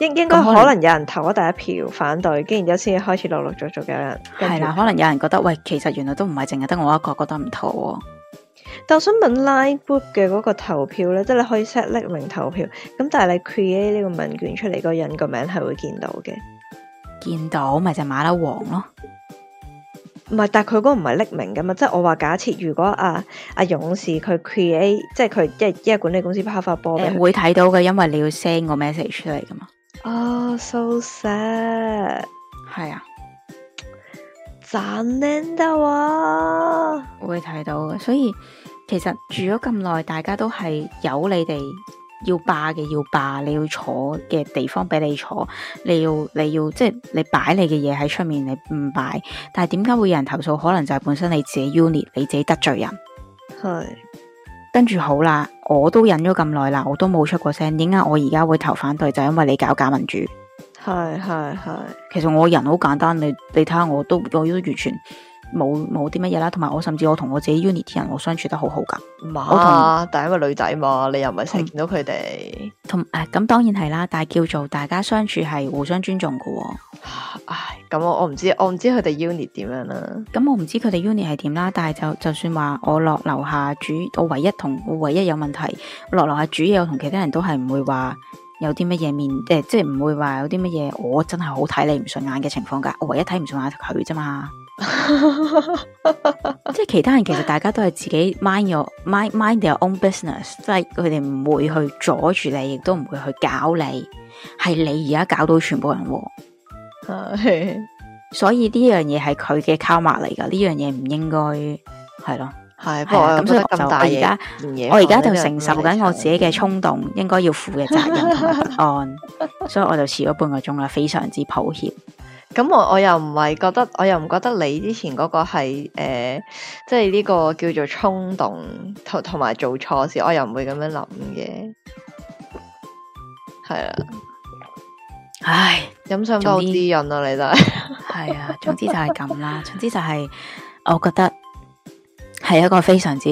Speaker 2: 應應該
Speaker 1: 咁可
Speaker 2: 可
Speaker 1: 能
Speaker 2: 能有人投咗第一票反對，跟住然之後先至開始陸陸續續有人跟住
Speaker 1: 係啦，可能有人覺得喂，其實原來都唔係淨係得我一個覺得唔妥
Speaker 2: 但我想問 Line Group 嘅嗰個投票咧，即係你可以 set 匿名投票，咁但係你 create 呢個問卷出嚟，嗰個人個名係會見到嘅。
Speaker 1: 喎，見到咪就係馬騮王咯。
Speaker 2: 唔係，但係佢嗰個唔係匿名噶嘛，即係我話假設如果啊啊勇士佢 create，即係佢一一係管理公司拋發波俾
Speaker 1: 誒，
Speaker 2: 佢，
Speaker 1: 會睇到嘅，因為你要 send 個 message 出嚟噶嘛。
Speaker 2: 哦、s o sad，
Speaker 1: 係啊。
Speaker 2: 賺靚得喎，
Speaker 1: 會睇到嘅，所以其實住咗咁耐，大家都係有你哋要霸嘅要霸，你要坐嘅地方俾你坐，你要你要即係你擺你嘅嘢喺出面，你唔擺。但係點解會有人投訴？可能就係本身你自己 unit，你自己得罪人。
Speaker 2: 係
Speaker 1: 跟住好啦，我都忍咗咁耐啦，我都冇出過聲。點解我而家會投反對？就係因為你搞假民主。
Speaker 2: 係係係，
Speaker 1: 其實我人好簡單，你你睇下我都我都完全冇冇啲乜嘢啦。同埋我甚至我同我自己 unit 啲人，我相處得好好㗎。
Speaker 2: 嘛，嗯但係因為女仔嘛，你又唔係
Speaker 1: 成日
Speaker 2: 見到佢哋，
Speaker 1: 同誒咁當然係啦，但係叫做大家相處係互相尊重嘅喎、
Speaker 2: 唉，咁我我唔知，我唔知佢哋 unit 點樣啦，
Speaker 1: 咁我唔知佢哋 uni 係點啦，但係就就算話我落樓下煮，我唯一同我唯一有問題，我落樓下煮嘢，我同其他人都係唔會話有啲乜嘢面誒、即係唔會話有啲乜嘢，我真係好睇你唔順眼嘅情況㗎。我唯一睇唔順眼係佢啫嘛，即係其他人其實大家都係自己 mind your mind mind their own business，即係佢哋唔會去阻住你，亦都唔會去搞你，係你而家搞到全部人 喎、
Speaker 2: 係。
Speaker 1: 所以呢樣嘢係佢嘅卡碼嚟㗎，呢樣嘢唔應該係咯。
Speaker 2: 系，不
Speaker 1: 係
Speaker 2: 過
Speaker 1: 啊
Speaker 2: 我又
Speaker 1: 咁所
Speaker 2: 覺得
Speaker 1: 以我就
Speaker 2: 咁
Speaker 1: 我
Speaker 2: 大
Speaker 1: 而
Speaker 2: 嘢
Speaker 1: 家
Speaker 2: 件嘢
Speaker 1: 我
Speaker 2: 放喺
Speaker 1: 而
Speaker 2: 呢
Speaker 1: 家
Speaker 2: 度
Speaker 1: 就
Speaker 2: 唔
Speaker 1: 承受
Speaker 2: 理
Speaker 1: 緊我
Speaker 2: 想
Speaker 1: 自己嘅衝動，應該要負嘅責任同埋不安，所以我就遲咗半個鐘啦，非常之抱歉。
Speaker 2: 咁我我又唔係覺得，我又唔覺得你之前嗰個係呃即係呢個叫做衝動同同埋做錯事，我又唔會咁樣諗嘅。係啊，
Speaker 1: 唉，
Speaker 2: 飲相都好滋
Speaker 1: 總之
Speaker 2: 潤啊！你真係
Speaker 1: 係啊，總之就係咁啦， 總之就係我覺得係一個非常之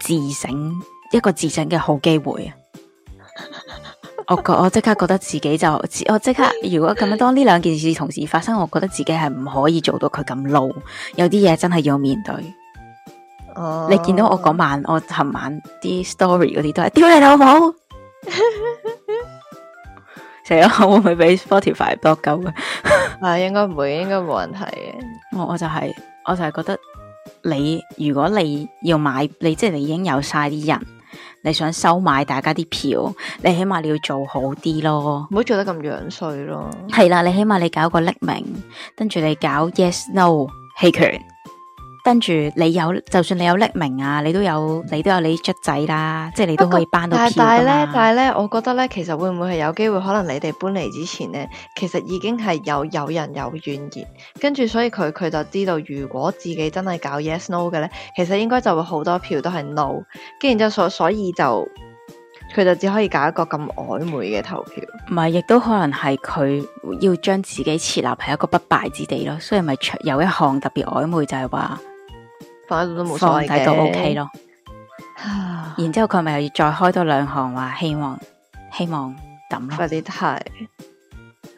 Speaker 1: 自省，一個自省嘅好機會啊！我覺我即刻覺得自己就自我即刻，如果咁樣當呢兩件事同時發生，我覺得自己係唔可以做到佢咁 low，有啲嘢真係要面對。
Speaker 2: 哦
Speaker 1: 你見到我嗰晚，我琴晚啲 story 嗰啲都係屌你老母，死啦！我會唔會俾 Spotify block 鳩嘅？
Speaker 2: 係應該唔會，應該冇人睇嘅。
Speaker 1: 我我就係、我就係覺得你如果你要買，你即係你已經有晒啲人，你想收買大家啲票，你起碼你要做好啲咯。
Speaker 2: 唔好做得咁樣衰咯。
Speaker 1: 係啦，你起碼你搞個匿名，跟住你搞 yes no 棄權，跟住你有就算你有匿名啊，你都有你都有你卒仔啦，即係你都可以班到
Speaker 2: 但係
Speaker 1: 票
Speaker 2: 但係
Speaker 1: 㗎
Speaker 2: 咧
Speaker 1: 嘛，
Speaker 2: 但係咧，我覺得咧，其實會唔會係有機會？可能你哋搬嚟之前咧，其實已經係有有人有怨言，跟住所以佢佢就知道，如果自己真係搞 yes no 嘅咧，其實應該就會好多票都係 no，跟住然之後所所以就佢就只可以搞一個咁曖昧嘅投票。
Speaker 1: 唔係亦都可能係佢要將自己設立係一個不敗之地咯，所以咪出有一項特別曖昧就係話
Speaker 2: 放喺度都冇所
Speaker 1: 放
Speaker 2: 謂
Speaker 1: 低
Speaker 2: 嘅。
Speaker 1: 都 OK 咯。
Speaker 2: 唉。
Speaker 1: 然之後佢咪又要再開多兩行話希望希望抌咯，
Speaker 2: 快啲睇，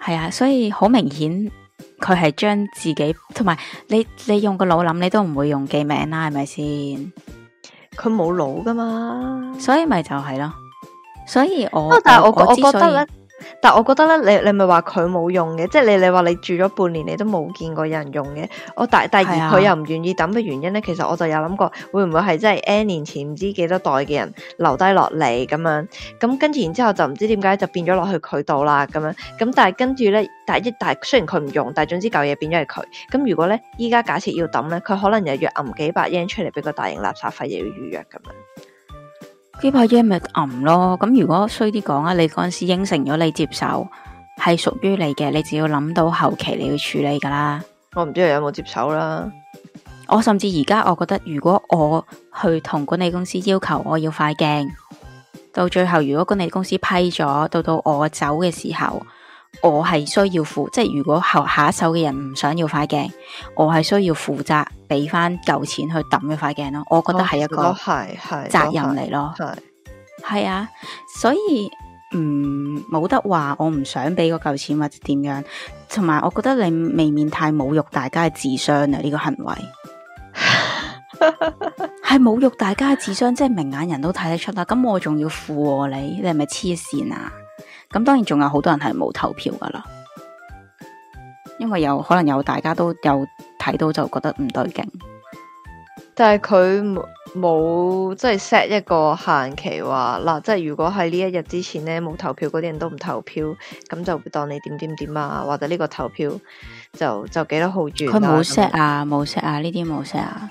Speaker 1: 係啊，所以好明顯佢係將自己同埋你你用個腦諗，你都唔會用記名啦，係咪先？
Speaker 2: 佢冇腦噶嘛？
Speaker 1: 所以咪就係咯，所以我
Speaker 2: 啊，但係我
Speaker 1: 我
Speaker 2: 我
Speaker 1: 之所以
Speaker 2: 覺得咧，但係我覺得咧，你你咪話佢冇用嘅，即係你你話你住咗半年，你都冇見過有人用嘅。我但但而
Speaker 1: 係啊
Speaker 2: 佢又唔願意抌嘅原因咧，其實我就有諗過，會唔會係真係 N 年前唔知幾多代嘅人留低落嚟咁樣，咁跟住然之後就唔知點解就變咗落去佢度啦咁樣。咁但係跟住咧，但係一但係雖然佢唔用，但係總之舊嘢變咗係佢。咁如果咧依家假設要抌咧，佢可能又要揞幾百 yen 出嚟俾個大型垃圾費，又要預約咁樣。
Speaker 1: 幾百 yen 咪揞咯。咁如果衰啲講啊，你嗰陣時應承咗你接受，係屬於你嘅，你只要諗到後期你要處理噶啦。
Speaker 2: 我唔知佢有冇接手啦。
Speaker 1: 我甚至而家我覺得，如果我去同管理公司要求我要快鏡，到最後如果管理公司批咗，到到我走嘅時候，我係需要負，即係如果後下一手嘅人唔想要快鏡，我係需要負責俾翻舊錢去抌咗塊鏡咯。我覺得係一
Speaker 2: 哦都
Speaker 1: 個
Speaker 2: 係係
Speaker 1: 責任嚟咯。
Speaker 2: 係
Speaker 1: 係啊，所以唔冇得話我唔想俾嗰嚿錢或者點樣，同埋我覺得你未免太侮辱大家嘅智商啦，呢、個行 為係侮辱大家嘅智商，即係明眼人都睇得出啦。咁我仲要附和你，你係咪黐線啊？咁當然仲有好多人係冇投票噶啦，因為有可能有大家都有睇到就覺得唔對勁。
Speaker 2: 但係佢冇冇即係 set 一個限期話嗱，即係如果喺呢一日之前咧冇投票嗰啲人都唔投票，咁就會當你點點點啊，或者呢個投票就就幾多號轉
Speaker 1: 佢
Speaker 2: 啦
Speaker 1: 冇
Speaker 2: 咁
Speaker 1: set 啊，冇 set 啊，呢啲冇 set 啊，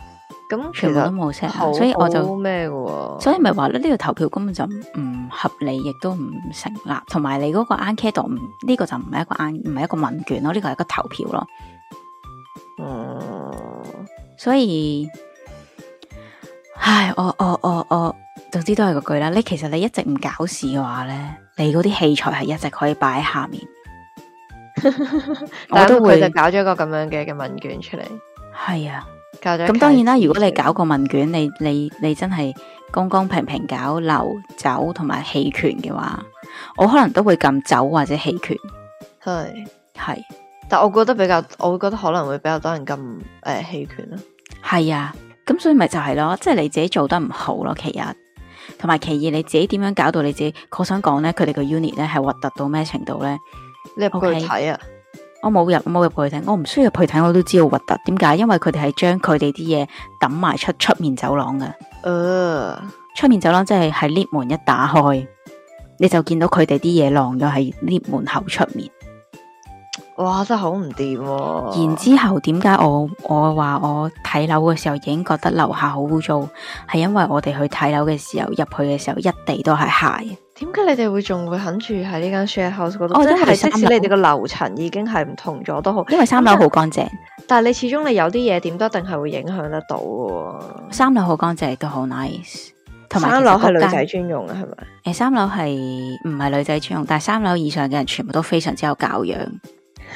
Speaker 2: 咁其
Speaker 1: 全部都
Speaker 2: 實
Speaker 1: 冇 set 啊，
Speaker 2: 好
Speaker 1: 所以我就。
Speaker 2: 好咩嘅喎，
Speaker 1: 所以咪話咧，呢個投票根本就唔合理，亦都唔成立。同埋你嗰個 enquete 唔呢個就唔係一個 en 唔係一個問卷咯，呢個係一個投票咯。
Speaker 2: 嗯，
Speaker 1: 所以，唉，我我我我，總之都係嗰句啦。你其實你一直唔搞事嘅話咧，你嗰啲器材係一直可以擺喺 下面。我
Speaker 2: 但係
Speaker 1: 都
Speaker 2: 佢
Speaker 1: 會
Speaker 2: 就搞咗一個咁樣嘅嘅問卷出嚟，
Speaker 1: 係啊。
Speaker 2: 搞咗
Speaker 1: 咁當然啦，
Speaker 2: 一
Speaker 1: 如果你
Speaker 2: 契
Speaker 1: 搞個問卷，你你你真係公公平平搞流走同埋棄權嘅話，我可能都會撳走或者棄權，
Speaker 2: 出嚟係，
Speaker 1: 係。
Speaker 2: 但我覺得比較，我會覺得可能會比較多人咁誒棄權啦，
Speaker 1: 係啊，咁所以咪就係咯，即係你自己做得唔好咯，其一，同埋其二你自己點樣搞到你自己，我想講咧，佢哋個 unit 咧係核突到咩程度咧？
Speaker 2: 你入去
Speaker 1: OK
Speaker 2: 睇啊。
Speaker 1: 我冇入，我冇入過去睇，我唔需要入去睇，我都知道核突。點解？因為佢哋係將佢哋啲嘢抌埋出出面走廊嘅，
Speaker 2: 呃，
Speaker 1: 出面走廊即係喺 lift 門一打開，你就見到佢哋啲嘢晾咗喺 lift 門口出面。
Speaker 2: 哇，真係好唔掂喎！
Speaker 1: 然之後點解我我話我睇樓嘅時候已經覺得樓下好污糟，係因為我哋去睇樓嘅時候入去嘅時候一地都係鞋。
Speaker 2: 點解你哋會仲會肯住喺呢間 share house 嗰度？
Speaker 1: 哦
Speaker 2: 即
Speaker 1: 因為
Speaker 2: 係
Speaker 1: 三
Speaker 2: 即
Speaker 1: 樓嗯
Speaker 2: 使你哋個樓層已經係唔同咗都好，
Speaker 1: 因為三樓好乾淨，
Speaker 2: 但係你始終你有啲嘢點都一定係會影響得到嘅喎。
Speaker 1: 三樓好乾淨亦都好 nice。同埋
Speaker 2: 三樓係女仔
Speaker 1: 誒、
Speaker 2: 專用啊，係咪？
Speaker 1: 三樓係唔係女仔專用？但係三樓以上嘅人全部都非常之有教養。誒、嗯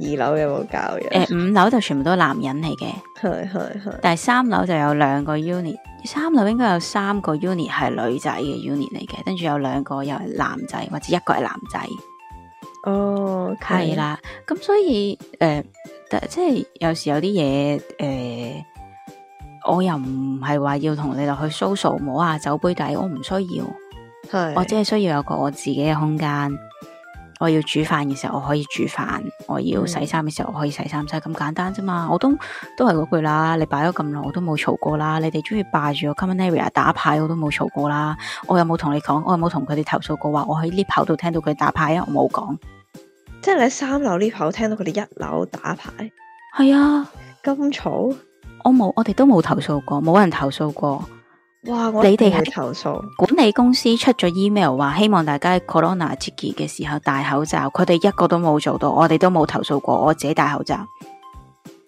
Speaker 2: 一二樓有冇搞嘅？
Speaker 1: 五樓就全部都係男人嚟嘅，
Speaker 2: 係係係。
Speaker 1: 但係三樓就有兩個 unit，三樓應該有三個 unit 係女仔嘅 unit 嚟嘅，跟住有兩個又係男仔，或者一個係男仔。
Speaker 2: 哦，
Speaker 1: 係，啦，咁所以诶、呃但即係有時有啲嘢诶，呃我又唔係話要同你落去 social 摸下酒杯底，我唔需要，
Speaker 2: 係
Speaker 1: 我只係需要有個我自己嘅空間。我要煮飯嘅時候，我可以煮飯；我要
Speaker 2: 嗯
Speaker 1: 洗衫嘅時候，我可以洗衫，就係咁簡單啫嘛。我都都係嗰句啦，你擺咗咁耐，我都冇嘈過啦。你哋中意霸住個 common area 打牌，我都冇嘈過啦。我有冇同你講？我有冇同佢哋投訴過話我喺 lift 口度聽到佢打牌啊？我冇講。
Speaker 2: 即係你喺三樓呢排我聽到佢哋一樓打牌
Speaker 1: 係啊。
Speaker 2: 金草。
Speaker 1: 我冇，我哋都冇投訴過，冇人投訴過。
Speaker 2: 哇！我
Speaker 1: 你哋
Speaker 2: 一定會
Speaker 1: 係
Speaker 2: 投訴，
Speaker 1: 管理公司出咗 email 話，希望大家喺 corona 之期嘅時候戴口罩，佢哋一個都冇做到，我哋都冇投訴過，我自己戴口罩。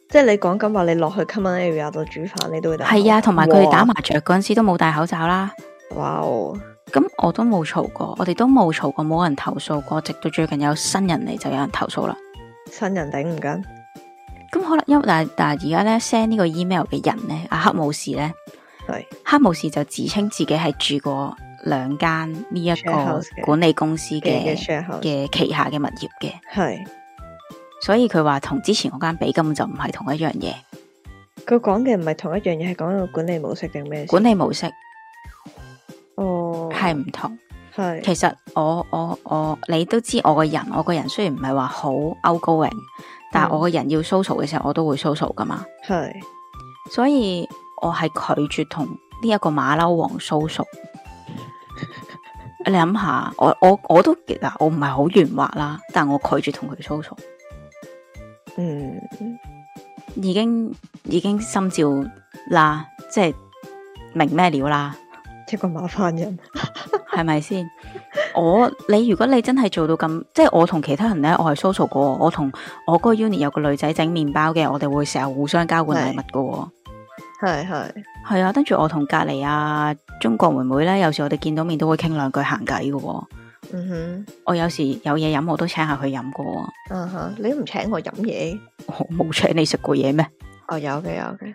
Speaker 2: 即係你講緊話你落去 common area 度煮飯，你都會打
Speaker 1: 係啊，
Speaker 2: 口
Speaker 1: 同埋佢哋打
Speaker 2: 哇
Speaker 1: 麻雀嗰陣時都冇戴口罩啦。
Speaker 2: 哇哦！
Speaker 1: 咁我都冇嘈過，我哋都冇嘈過，冇人投訴過，直到最近有新人嚟就有人投訴啦。
Speaker 2: 新人頂唔緊，
Speaker 1: 咁可能因為但係但係而家咧 send 呢個 email 嘅人咧，阿黑武士咧，
Speaker 2: 係
Speaker 1: 黑武士就自稱自己係住過兩間呢一
Speaker 2: Share
Speaker 1: 個
Speaker 2: house 嘅
Speaker 1: 管理公司
Speaker 2: 嘅嘅
Speaker 1: 嘅
Speaker 2: share house
Speaker 1: 嘅旗下嘅物業嘅。
Speaker 2: 係
Speaker 1: 所以佢話同之前嗰間比根本就唔係同一樣嘢，
Speaker 2: 佢講嘅唔係同一樣嘢，係講緊個管理模式定咩先？
Speaker 1: 管理模式
Speaker 2: 哦，
Speaker 1: 係唔同。
Speaker 2: 係
Speaker 1: 其實我我我，你都知我個人，我個人雖然唔係話好 outgoing，但係我個人要 social 嘅時候，我都會 social 噶嘛。
Speaker 2: 係
Speaker 1: 所以我係拒絕同呢一個馬騮王 social。你諗下，我我我都嗱，我唔係好圓滑啦，但我拒絕同佢 social，
Speaker 2: 嗯
Speaker 1: 已經已經心照啦，即係明咩料啦。
Speaker 2: 一個麻煩人，
Speaker 1: 系咪先？我你如果你真係做到咁，即係我同其他人咧，我係 social 過喎，我同我嗰個 unit 有個女仔整麵包嘅，我哋會成日互相交換禮物噶喎。
Speaker 2: 係係
Speaker 1: 係啊，跟住我同隔離啊中國妹妹咧，有時我哋見到面都會傾兩句行偈噶喎。
Speaker 2: 嗯哼
Speaker 1: 我有時有嘢飲，我都請下佢飲過喎。
Speaker 2: 啊哈，你都唔請我飲嘢，
Speaker 1: 我冇請你食過嘢咩？
Speaker 2: 哦有嘅有嘅，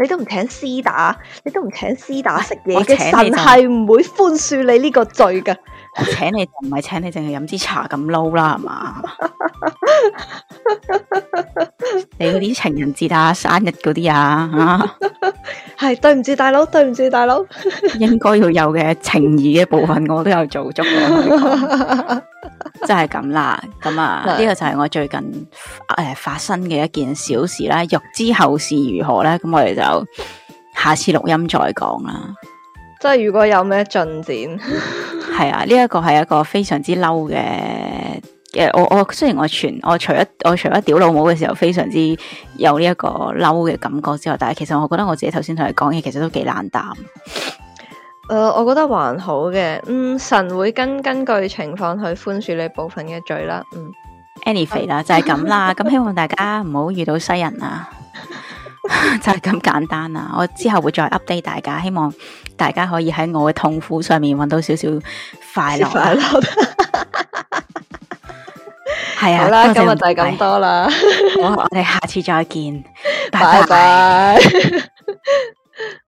Speaker 2: 你都唔請絲打，你都唔請絲打食嘢
Speaker 1: 我
Speaker 2: 嘅
Speaker 1: 請
Speaker 2: 神
Speaker 1: 你就
Speaker 2: 係唔會寬恕你呢個罪㗎。
Speaker 1: 我請你就唔係請你，淨係飲支茶咁撈啦，係嘛？你嗰啲情人節啊、生日嗰啲啊，啊
Speaker 2: 係對唔住大佬，對唔住大佬，
Speaker 1: 應該要有嘅情義嘅部分，我都有做足嘅，真係咁啦。咁啊，
Speaker 2: 係
Speaker 1: 呢個就係我最近诶、呃發生嘅一件小事啦。欲知後事如何咧，咁我哋就下次錄音再講啦。
Speaker 2: 即係如果有咩進展。
Speaker 1: 係啊，呢、一個係一個非常之嬲嘅。嘅我我雖然我全我除咗我除咗屌老母嘅時候非常之有呢一個嬲嘅感覺之外，但係其實我覺得我自己頭先同你講嘢其實都幾冷淡。
Speaker 2: 誒、呃我覺得還好嘅。嗯，神會根根據情況去寬恕你部分嘅罪啦。嗯，
Speaker 1: anyway 啦，就係咁啦。咁希望大家唔好遇到西人啊， 就係咁簡單啦。我之後會再 update 大家，希望大家可以喺我嘅痛苦上面揾到少少快樂啊。
Speaker 2: 樂。
Speaker 1: 係啊，
Speaker 2: 好啦，今日就
Speaker 1: 多謝各位
Speaker 2: 係咁多啦，
Speaker 1: 啊好，我哋下次再見，拜
Speaker 2: 拜
Speaker 1: 拜。
Speaker 2: 拜。